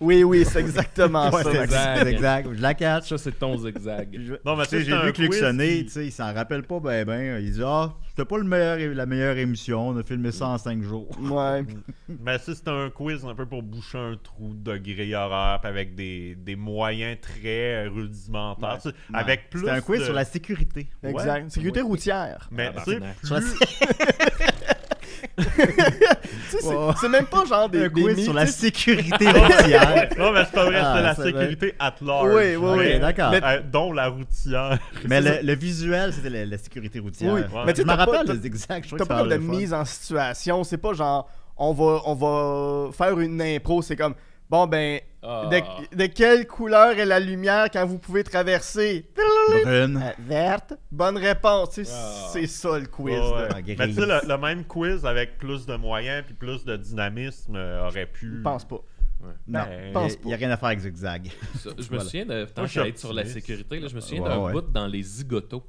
Oui, oui, c'est <laughs> exactement
Ouais,
ça.
c'est
Maxime.
ça, Zigzag. Je la catch.
Ça, c'est ton
<laughs>
zigzag.
Je-
Non, mais
tu sais,
ça,
j'ai
c'est
vu
un
que Luc
quiz
Sonnet,
qui-
tu sais, il s'en rappelle pas, ben, ben. Il dit, ah, c'était pas le meilleur, la meilleure émission, on a filmé
Mm.
ça en 5 jours.
Ouais.
Mais ça, c'était un quiz un peu pour boucher un trou de grille horaire, puis avec des, des moyens très rudimentaires. tu sais, Avec plus.
C'était un quiz
de-
sur la sécurité.
Exact. Sécurité routière.
<laughs> Mais tu sais,
Tabarnak.
plus-
Sur la sé-
Tu sais, c'est-
Ouais.
c'est même pas genre des.
un quiz
des
sur
mi-
la sécurité
<laughs>
routière.
<laughs> Non, mais c'est pas vrai,
Ah,
c'était la
c'est vrai.
sécurité at large.
Oui, oui,
Ok,
oui.
d'accord.
Mais-
Euh, dont la routière.
Mais le, le visuel, c'était la, la sécurité routière.
Oui.
Ouais.
Mais
Mais
tu
tu sais,
m'en
t'as pas-
rappelles,
t'as-
les exacts.
T'as pas comme de mise en situation. C'est pas genre on va, on va faire une impro. C'est comme bon ben
Ah.
de, de quelle couleur est la lumière quand vous pouvez traverser Euh, Verte. Bonne réponse. Tu sais,
Ah.
C'est ça le quiz.
Ouais, ouais.
là.
Ah,
Mais tu sais, le,
grise.
le même quiz avec plus de moyens puis plus de dynamisme euh, aurait pu.
Je pense pas.
Non,
Ben,
pense
il n'y a rien à faire avec
<laughs>
Zigzag.
Ça, je me
Voilà.
souviens de tant
Moi,
que
je suis
j'allais être sur la
optimiste.
sécurité, là, je me souviens
Ouais,
d'un
ouais.
bout dans les zigotos.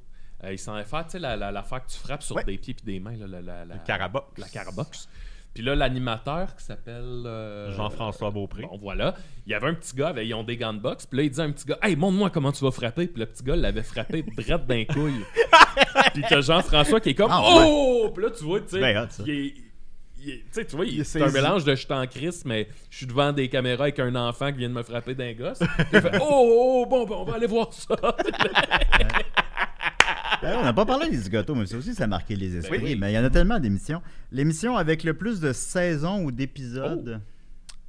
Euh, ils s'en allaient faire, tu sais, la- la- l'affaire que tu frappes sur
Ouais.
des pieds puis des mains, là, la, la, la,
Le Carabox.
la carabox. Puis là, l'animateur qui s'appelle euh,
Jean-François Beaupré.
Bon, voilà. Il y avait un petit gars, avec, ils ont des gants de boxe. Puis là, il disait à un petit gars, Hey, montre-moi comment tu vas frapper. Puis le petit gars l'avait frappé drette d'un
<laughs>
couille. puis t'as Jean-François qui est comme,
Ah, ouais.
Oh! Puis là, tu vois, tu sais.
Ben, hot, ça.
il est- il est- tu sais, tu vois, il-
Il est
c'est un
saisi.
mélange de je suis en crise, mais je suis devant des caméras avec un enfant qui vient de me frapper d'un gosse. Il fait Oh, oh, bon, bon, on va aller voir ça.
Ben, on n'a pas parlé des zigotos, mais ça aussi, ça a marqué
Ben
les esprits.
oui.
Mais il y en a tellement d'émissions. L'émission avec le plus de saisons ou d'épisodes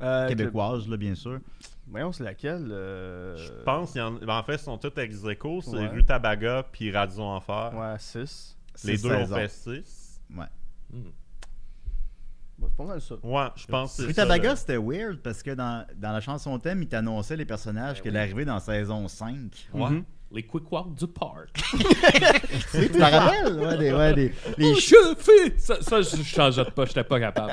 Euh,
québécoises, là, bien sûr.
que- Voyons, c'est laquelle euh,
Je pense qu'il y en... ben, en fait, ils sont tous ex aequo, C'est
Ouais.
Rue Tabaga puis Radio Enfer.
Ouais, 6.
Les
Six
deux ont
saisons.
fait 6.
Ouais.
c'est pas mal ça.
Ouais, je pense que c'est
Fruit
ça,
Tabaga,
le-
c'était weird parce que dans, dans la chanson thème, il t'annonçait les personnages
Ben
que l'arrivée dans saison 5.
Ouais. Les quick walk du parc.
Tu te rappelles? Ouais, des, ouais, des, les
Oh, je fais- Ça, ça, je je changeais de pas, j'étais
<laughs>
pas capable.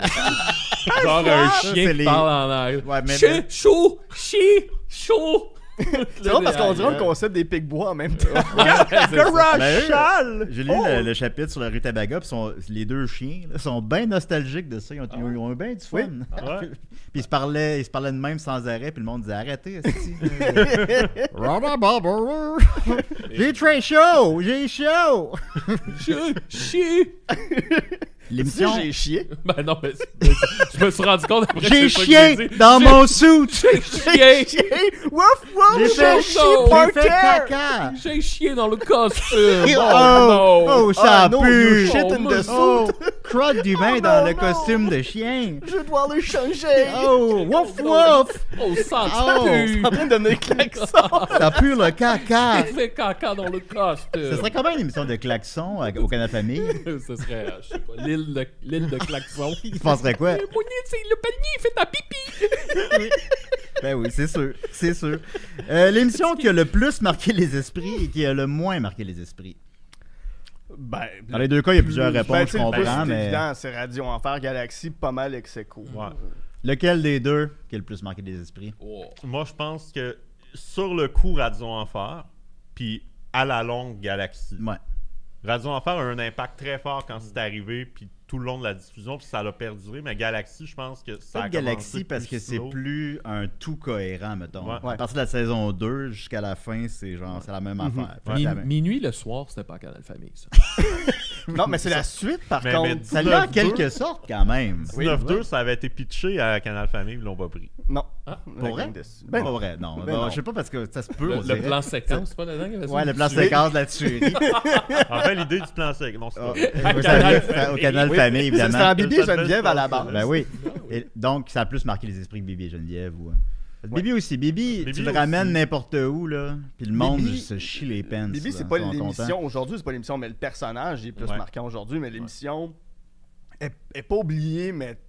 Genre un
Ah, Ça,
chien
c'est
qui
les-
parle en air.
Ouais, mais-
Chien, chaud, chien,
<laughs>
chaud.
C'est drôle parce qu'on dirait le concept des pics-bois en même temps.
Ben,
<laughs>
eux,
Rachel!
J'ai lu le, le chapitre sur la rue Tabaga, puis sont- les deux chiens là, sont bien nostalgiques de ça. Ils ont, ils ont- ils ont eu bien du fun.
Ouais.
<laughs> puis ils se, parlaient, ils se parlaient de même sans arrêt, puis le monde disait arrêtez. esti. j'ai très chaud, j'ai chaud.
Je chie.
L'émission.
j'ai chié.
Ben non, mais c'est- mais c'est- je me suis rendu compte après
J'ai
que c'est ça
chié
que j'ai dit.
dans
J'ai
mon suit.
Chié.
Wouf, wouf,
J'ai fait
chaud.
J'ai fait
par
caca.
J'ai chié dans
<laughs>
le costume.
Oh,
Oh, non.
oh, ça
Oh, no,
pue.
you shit in the
oh, crotte d'humain
Oh,
dans
non,
le
non.
costume de <laughs> chien.
Je dois le <laughs> changer.
Oh, wouf wouf!
Oh, ça
Oh.
pue.
En train de devenir <laughs> klaxon.
Ça pue le caca!
J'ai fait caca dans le costume.
Ce serait quand même une émission de klaxon à- au Canal Famille.
<laughs> Ce serait, euh, je sais pas, l'île de, l'île
<laughs>
de klaxon.
Tu penserais quoi?
Eh, Mon île, c'est le panier, il fait ta pipi. <laughs>
Ben oui, c'est sûr, c'est sûr. Euh, L'émission qui a le plus marqué les esprits et qui a le moins marqué les esprits.
Ben,
Dans les deux cas, il y a plusieurs
ben,
réponses,
tu sais,
je
le plus,
comprends,
c'est
mais
évident, c'est Radio Enfer, Galaxy, pas mal ex aequo.
Ouais.
lequel des deux qui a le plus marqué les esprits?
Oh.
Moi, je pense que sur le coup, Radio Enfer, puis à la longue, Galaxy.
Ouais.
Radio Enfer a eu un impact très fort quand c'est arrivé, puis tout le long de la diffusion, puis ça l'a perduré. Mais Galaxy, je pense que ça
Pas
a
de Galaxie
commencé
parce que c'est
slow.
plus un tout cohérent, mettons.
Ouais.
À partir de la saison 2 jusqu'à la fin, c'est genre c'est la même affaire. Fait que
Mi-
la même-
Minuit le soir, c'était pas Canal Famille, ça.
Non, mais c'est la suite, par
Mais-
contre.
mais-
Ça l'est en
19-2.
quelque sorte quand même.
19-2, ça avait été pitché à Canal Famille, ils l'ont pas pris.
Non.
Ah,
La
Pour vrai?
gang des-
Ben
Ben
pas
non.
vrai, non.
Ben
Ben,
non.
Je sais pas parce que ça se peut.
Le,
on
le
dirait.
plan séquence, c'est pas dedans qu'il y avait ça?
Ouais, le plan séquence de la tuerie.
En fait, l'idée du plan sec. Non, c'est
Ah,
pas
au
vrai.
canal- Au canal
Oui,
famille,
c'est- C'est en
évidemment.
Bibi et Geneviève à la base.
Ben oui. Et donc, ça a plus marqué les esprits que Bibi et Geneviève. ou, euh, Bibi aussi. Bibi,
Bibi
tu le
aussi.
ramènes n'importe où, là. Puis le monde
Bibi-
se chie les peines.
Bibi, c'est pas l'émission aujourd'hui, c'est pas l'émission, mais le personnage est plus
Ouais.
marquant aujourd'hui, mais l'émission est, est pas oubliée, mais tu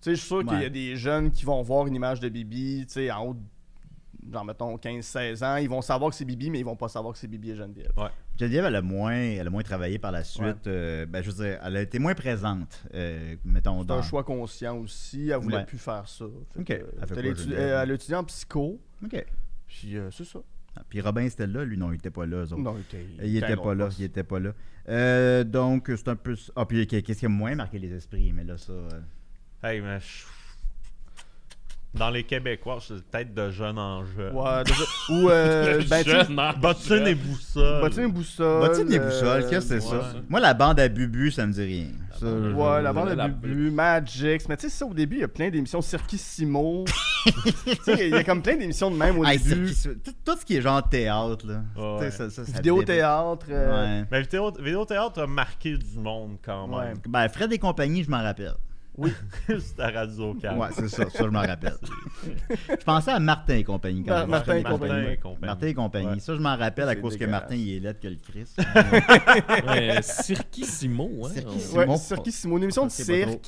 sais, je suis sûr qu'il y
Ouais.
a des jeunes qui vont voir une image de Bibi, tu sais, en haut, de, genre mettons 15-16 ans, ils vont savoir que c'est Bibi, mais ils vont pas savoir que c'est Bibi et Geneviève.
Geneviève, elle a moins, elle a moins travaillé par la suite.
Ouais.
euh, ben, je veux dire, elle a été moins présente, euh, mettons.
C'est un
dans-
choix conscient aussi, elle voulait
Ouais.
plus faire ça. Fait
Ok.
que,
Elle fait
elle,
quoi,
étu-
Geneviève?
elle- elle a étudié en psycho,
OK.
puis euh, c'est ça.
Ah, Puis Robin était là, lui, non, il était pas là. eux autres.
Non, il était,
Il était
long,
pas là,
boss.
il était pas là. Euh, donc, c'est un peu. Ah, puis qu'est-ce qui a moins marqué les esprits? Mais là, ça. euh,
Hey, mais je- Dans les Québécois, c'est peut-être de jeune en jeune.
Ouais, déjà- ou
<laughs>
euh, ben, tu sais,
Bottine et boussole.
Bottine et boussole.
Bottine et boussole,
euh,
qu'est-ce que c'est
ouais.
ça? Moi, la bande à Bubu, ça me dit rien. Ça, je-
Ouais, la bande
La-
à Bubu, Magix. Mais tu sais, ça, au début, il y a plein d'émissions.
<laughs>
Cirque Simo. tu sais, il y a comme plein d'émissions de même au
Hey,
début.
c'est- tout, tout ce qui est genre théâtre, là. Tu
Ouais.
sais, Ça, ça, ça
Vidéo
débite.
théâtre. euh,
Ouais.
Mais vidéo, vidéo théâtre a marqué du monde quand
Ouais.
même. <laughs>
Ben, Fred et compagnie, je m'en rappelle.
C'était à Radio Cannes.
Ouais, c'est ça, ça je m'en
<laughs>
rappelle. je pensais à Martin et compagnie quand
Mar-
même.
Martin et
compagnie.
Martin et compagnie.
Ouais.
Ça, je m'en rappelle à
C'est
cause que
dégueulasse.
Martin, il est laid que le Christ.
<laughs>
Ouais, Cirquissimo, hein.
Cirquissimo.
Ouais,
Simon.
Cirque Simo, une émission de
C'est pas trop.
cirque.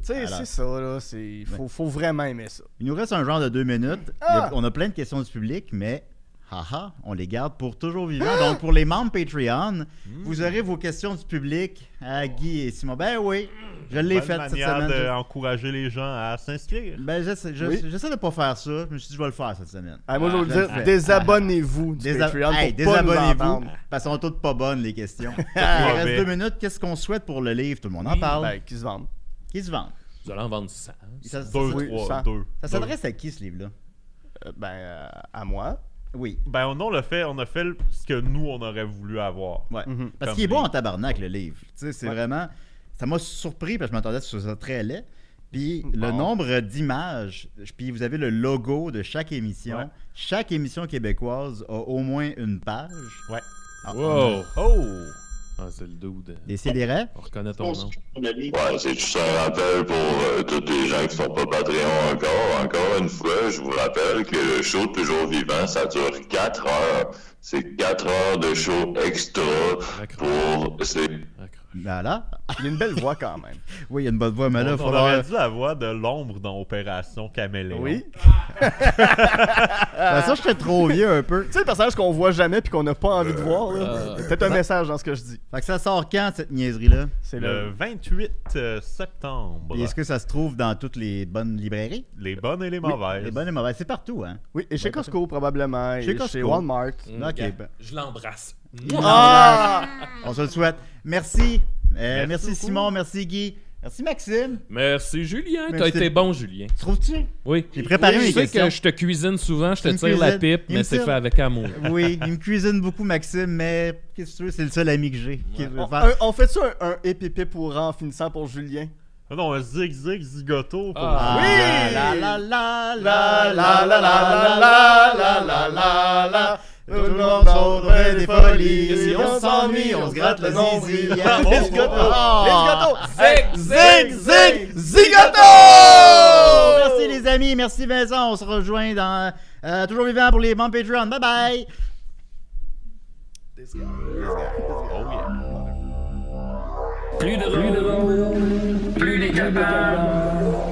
Tu sais,
Alors.
c'est ça, là. c'est- Faut, faut vraiment aimer ça.
Il nous reste un genre de deux minutes. Il y a-
Ah!
on a plein de questions du public, mais haha, on les garde pour toujours vivants. Donc, pour les membres Patreon, vous aurez vos questions du public à Guy et Simon. Ben oui, je l'ai
Bonne
fait cette
manière
semaine. Je-
d'encourager les gens à s'inscrire.
Ben, j'essa- je-
Oui.
j'essaie de pas faire ça. Je me suis dit, je vais le faire cette semaine.
Ah, moi, je vais
je
vous
le
dire,
fais.
désabonnez-vous du
Désa-
Patreon
Hey,
pour pas nous
désabonnez-vous.
entendre.
Parce qu'on sont toutes pas bonnes, les
<laughs>
questions. Il reste
Mauvais.
deux minutes. Qu'est-ce qu'on souhaite pour le livre? Tout le monde en
Oui,
parle.
Ben, qui se vendent.
Qui se vend?
Vous allez en vendre hein. 100.
Ça, ça-
Deux,
oui,
trois,
ça.
deux.
ça s'adresse à qui, ce livre-là?
Euh, Ben, euh, à moi.
Oui.
Ben, on, on a fait, on a fait le- ce que nous, on aurait voulu avoir.
Ouais.
Mhm.
Parce
Comme
qu'il est beau
les-
en tabarnak, le livre. Tu sais, c'est vraiment. Ça m'a surpris parce que je m'attendais à ce que ce soit très laid. Puis le
Bon.
nombre d'images, puis vous avez le logo de chaque émission.
Ouais.
Chaque émission québécoise a au moins une page.
Ouais.
Ah,
Wow!
Oh!
Ah, c'est le dude.
Des sidérés.
On reconnaît ton nom.
Ouais, c'est juste un rappel pour euh, tous les gens qui sont pas Patreon encore. Encore une fois, je vous rappelle que le show Toujours Vivant, ça dure 4 heures. C'est 4 heures de show extra pour... c'est-
Accroche.
Voilà. <laughs>
Il a une belle voix quand même.
Oui, il y a une bonne voix, mais Ah, là, il
on
faut
aurait dû avoir de l'ombre dans Opération Caméléon.
Oui.
ça, j'étais trop vieux un peu.
Tu sais, le personnage qu'on voit jamais puis qu'on n'a pas envie de voir, là.
Euh.
Peut-être un message dans ce que je dis.
Fait que ça sort quand, cette niaiserie-là?
C'est
Le
le.
28 euh, septembre.
Et Est-ce que ça se trouve dans toutes les bonnes librairies?
Les bonnes et les
Oui,
mauvaises.
les bonnes et mauvaises. C'est partout, hein?
Oui, et chez Costco probablement. et
Chez
Chez,
Costco.
Walmart.
Mm,
Ok,
gars,
ben.
Je l'embrasse.
Ah!
On se le souhaite. Merci. Euh, merci
Merci beaucoup.
Simon, merci Guy. Merci Maxime.
Merci Julien,
Mais
t'as
c'est-
été bon Julien.
Trouves-tu?
Oui.
J'ai préparé
Je
mes
sais
questions.
que je te cuisine souvent, je te
Tu me
tire la
cuisines.
pipe,
Il
mais
me
c'est
tire.
fait avec amour.
<laughs>
Oui, il me cuisine beaucoup Maxime, mais qu'est-ce que tu veux, c'est le seul ami que j'ai. qui veut
On,
faire.
un- on fait ça un, un épipi pour en finissant pour Julien.
Ah Non, un zig zig zigoto. pour-
Ah.
Oui!
La la la
La,
la
la, la, la, la, la, la, la, la, la.
Tout le monde sauverait des folies. Si on s'ennuie, on se gratte le zizi. <laughs>
<laughs> Les
Ah, bon,
gâteaux!
Zig, zig, zigoto!
zigoto!
Merci les amis, merci Vincent. On se rejoint dans euh, Toujours Vivant pour les membres Patreon. Bye bye!
Plus de plus de rôle, plus les capables,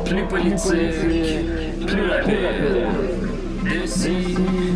plus politique, plus rapide. Décide.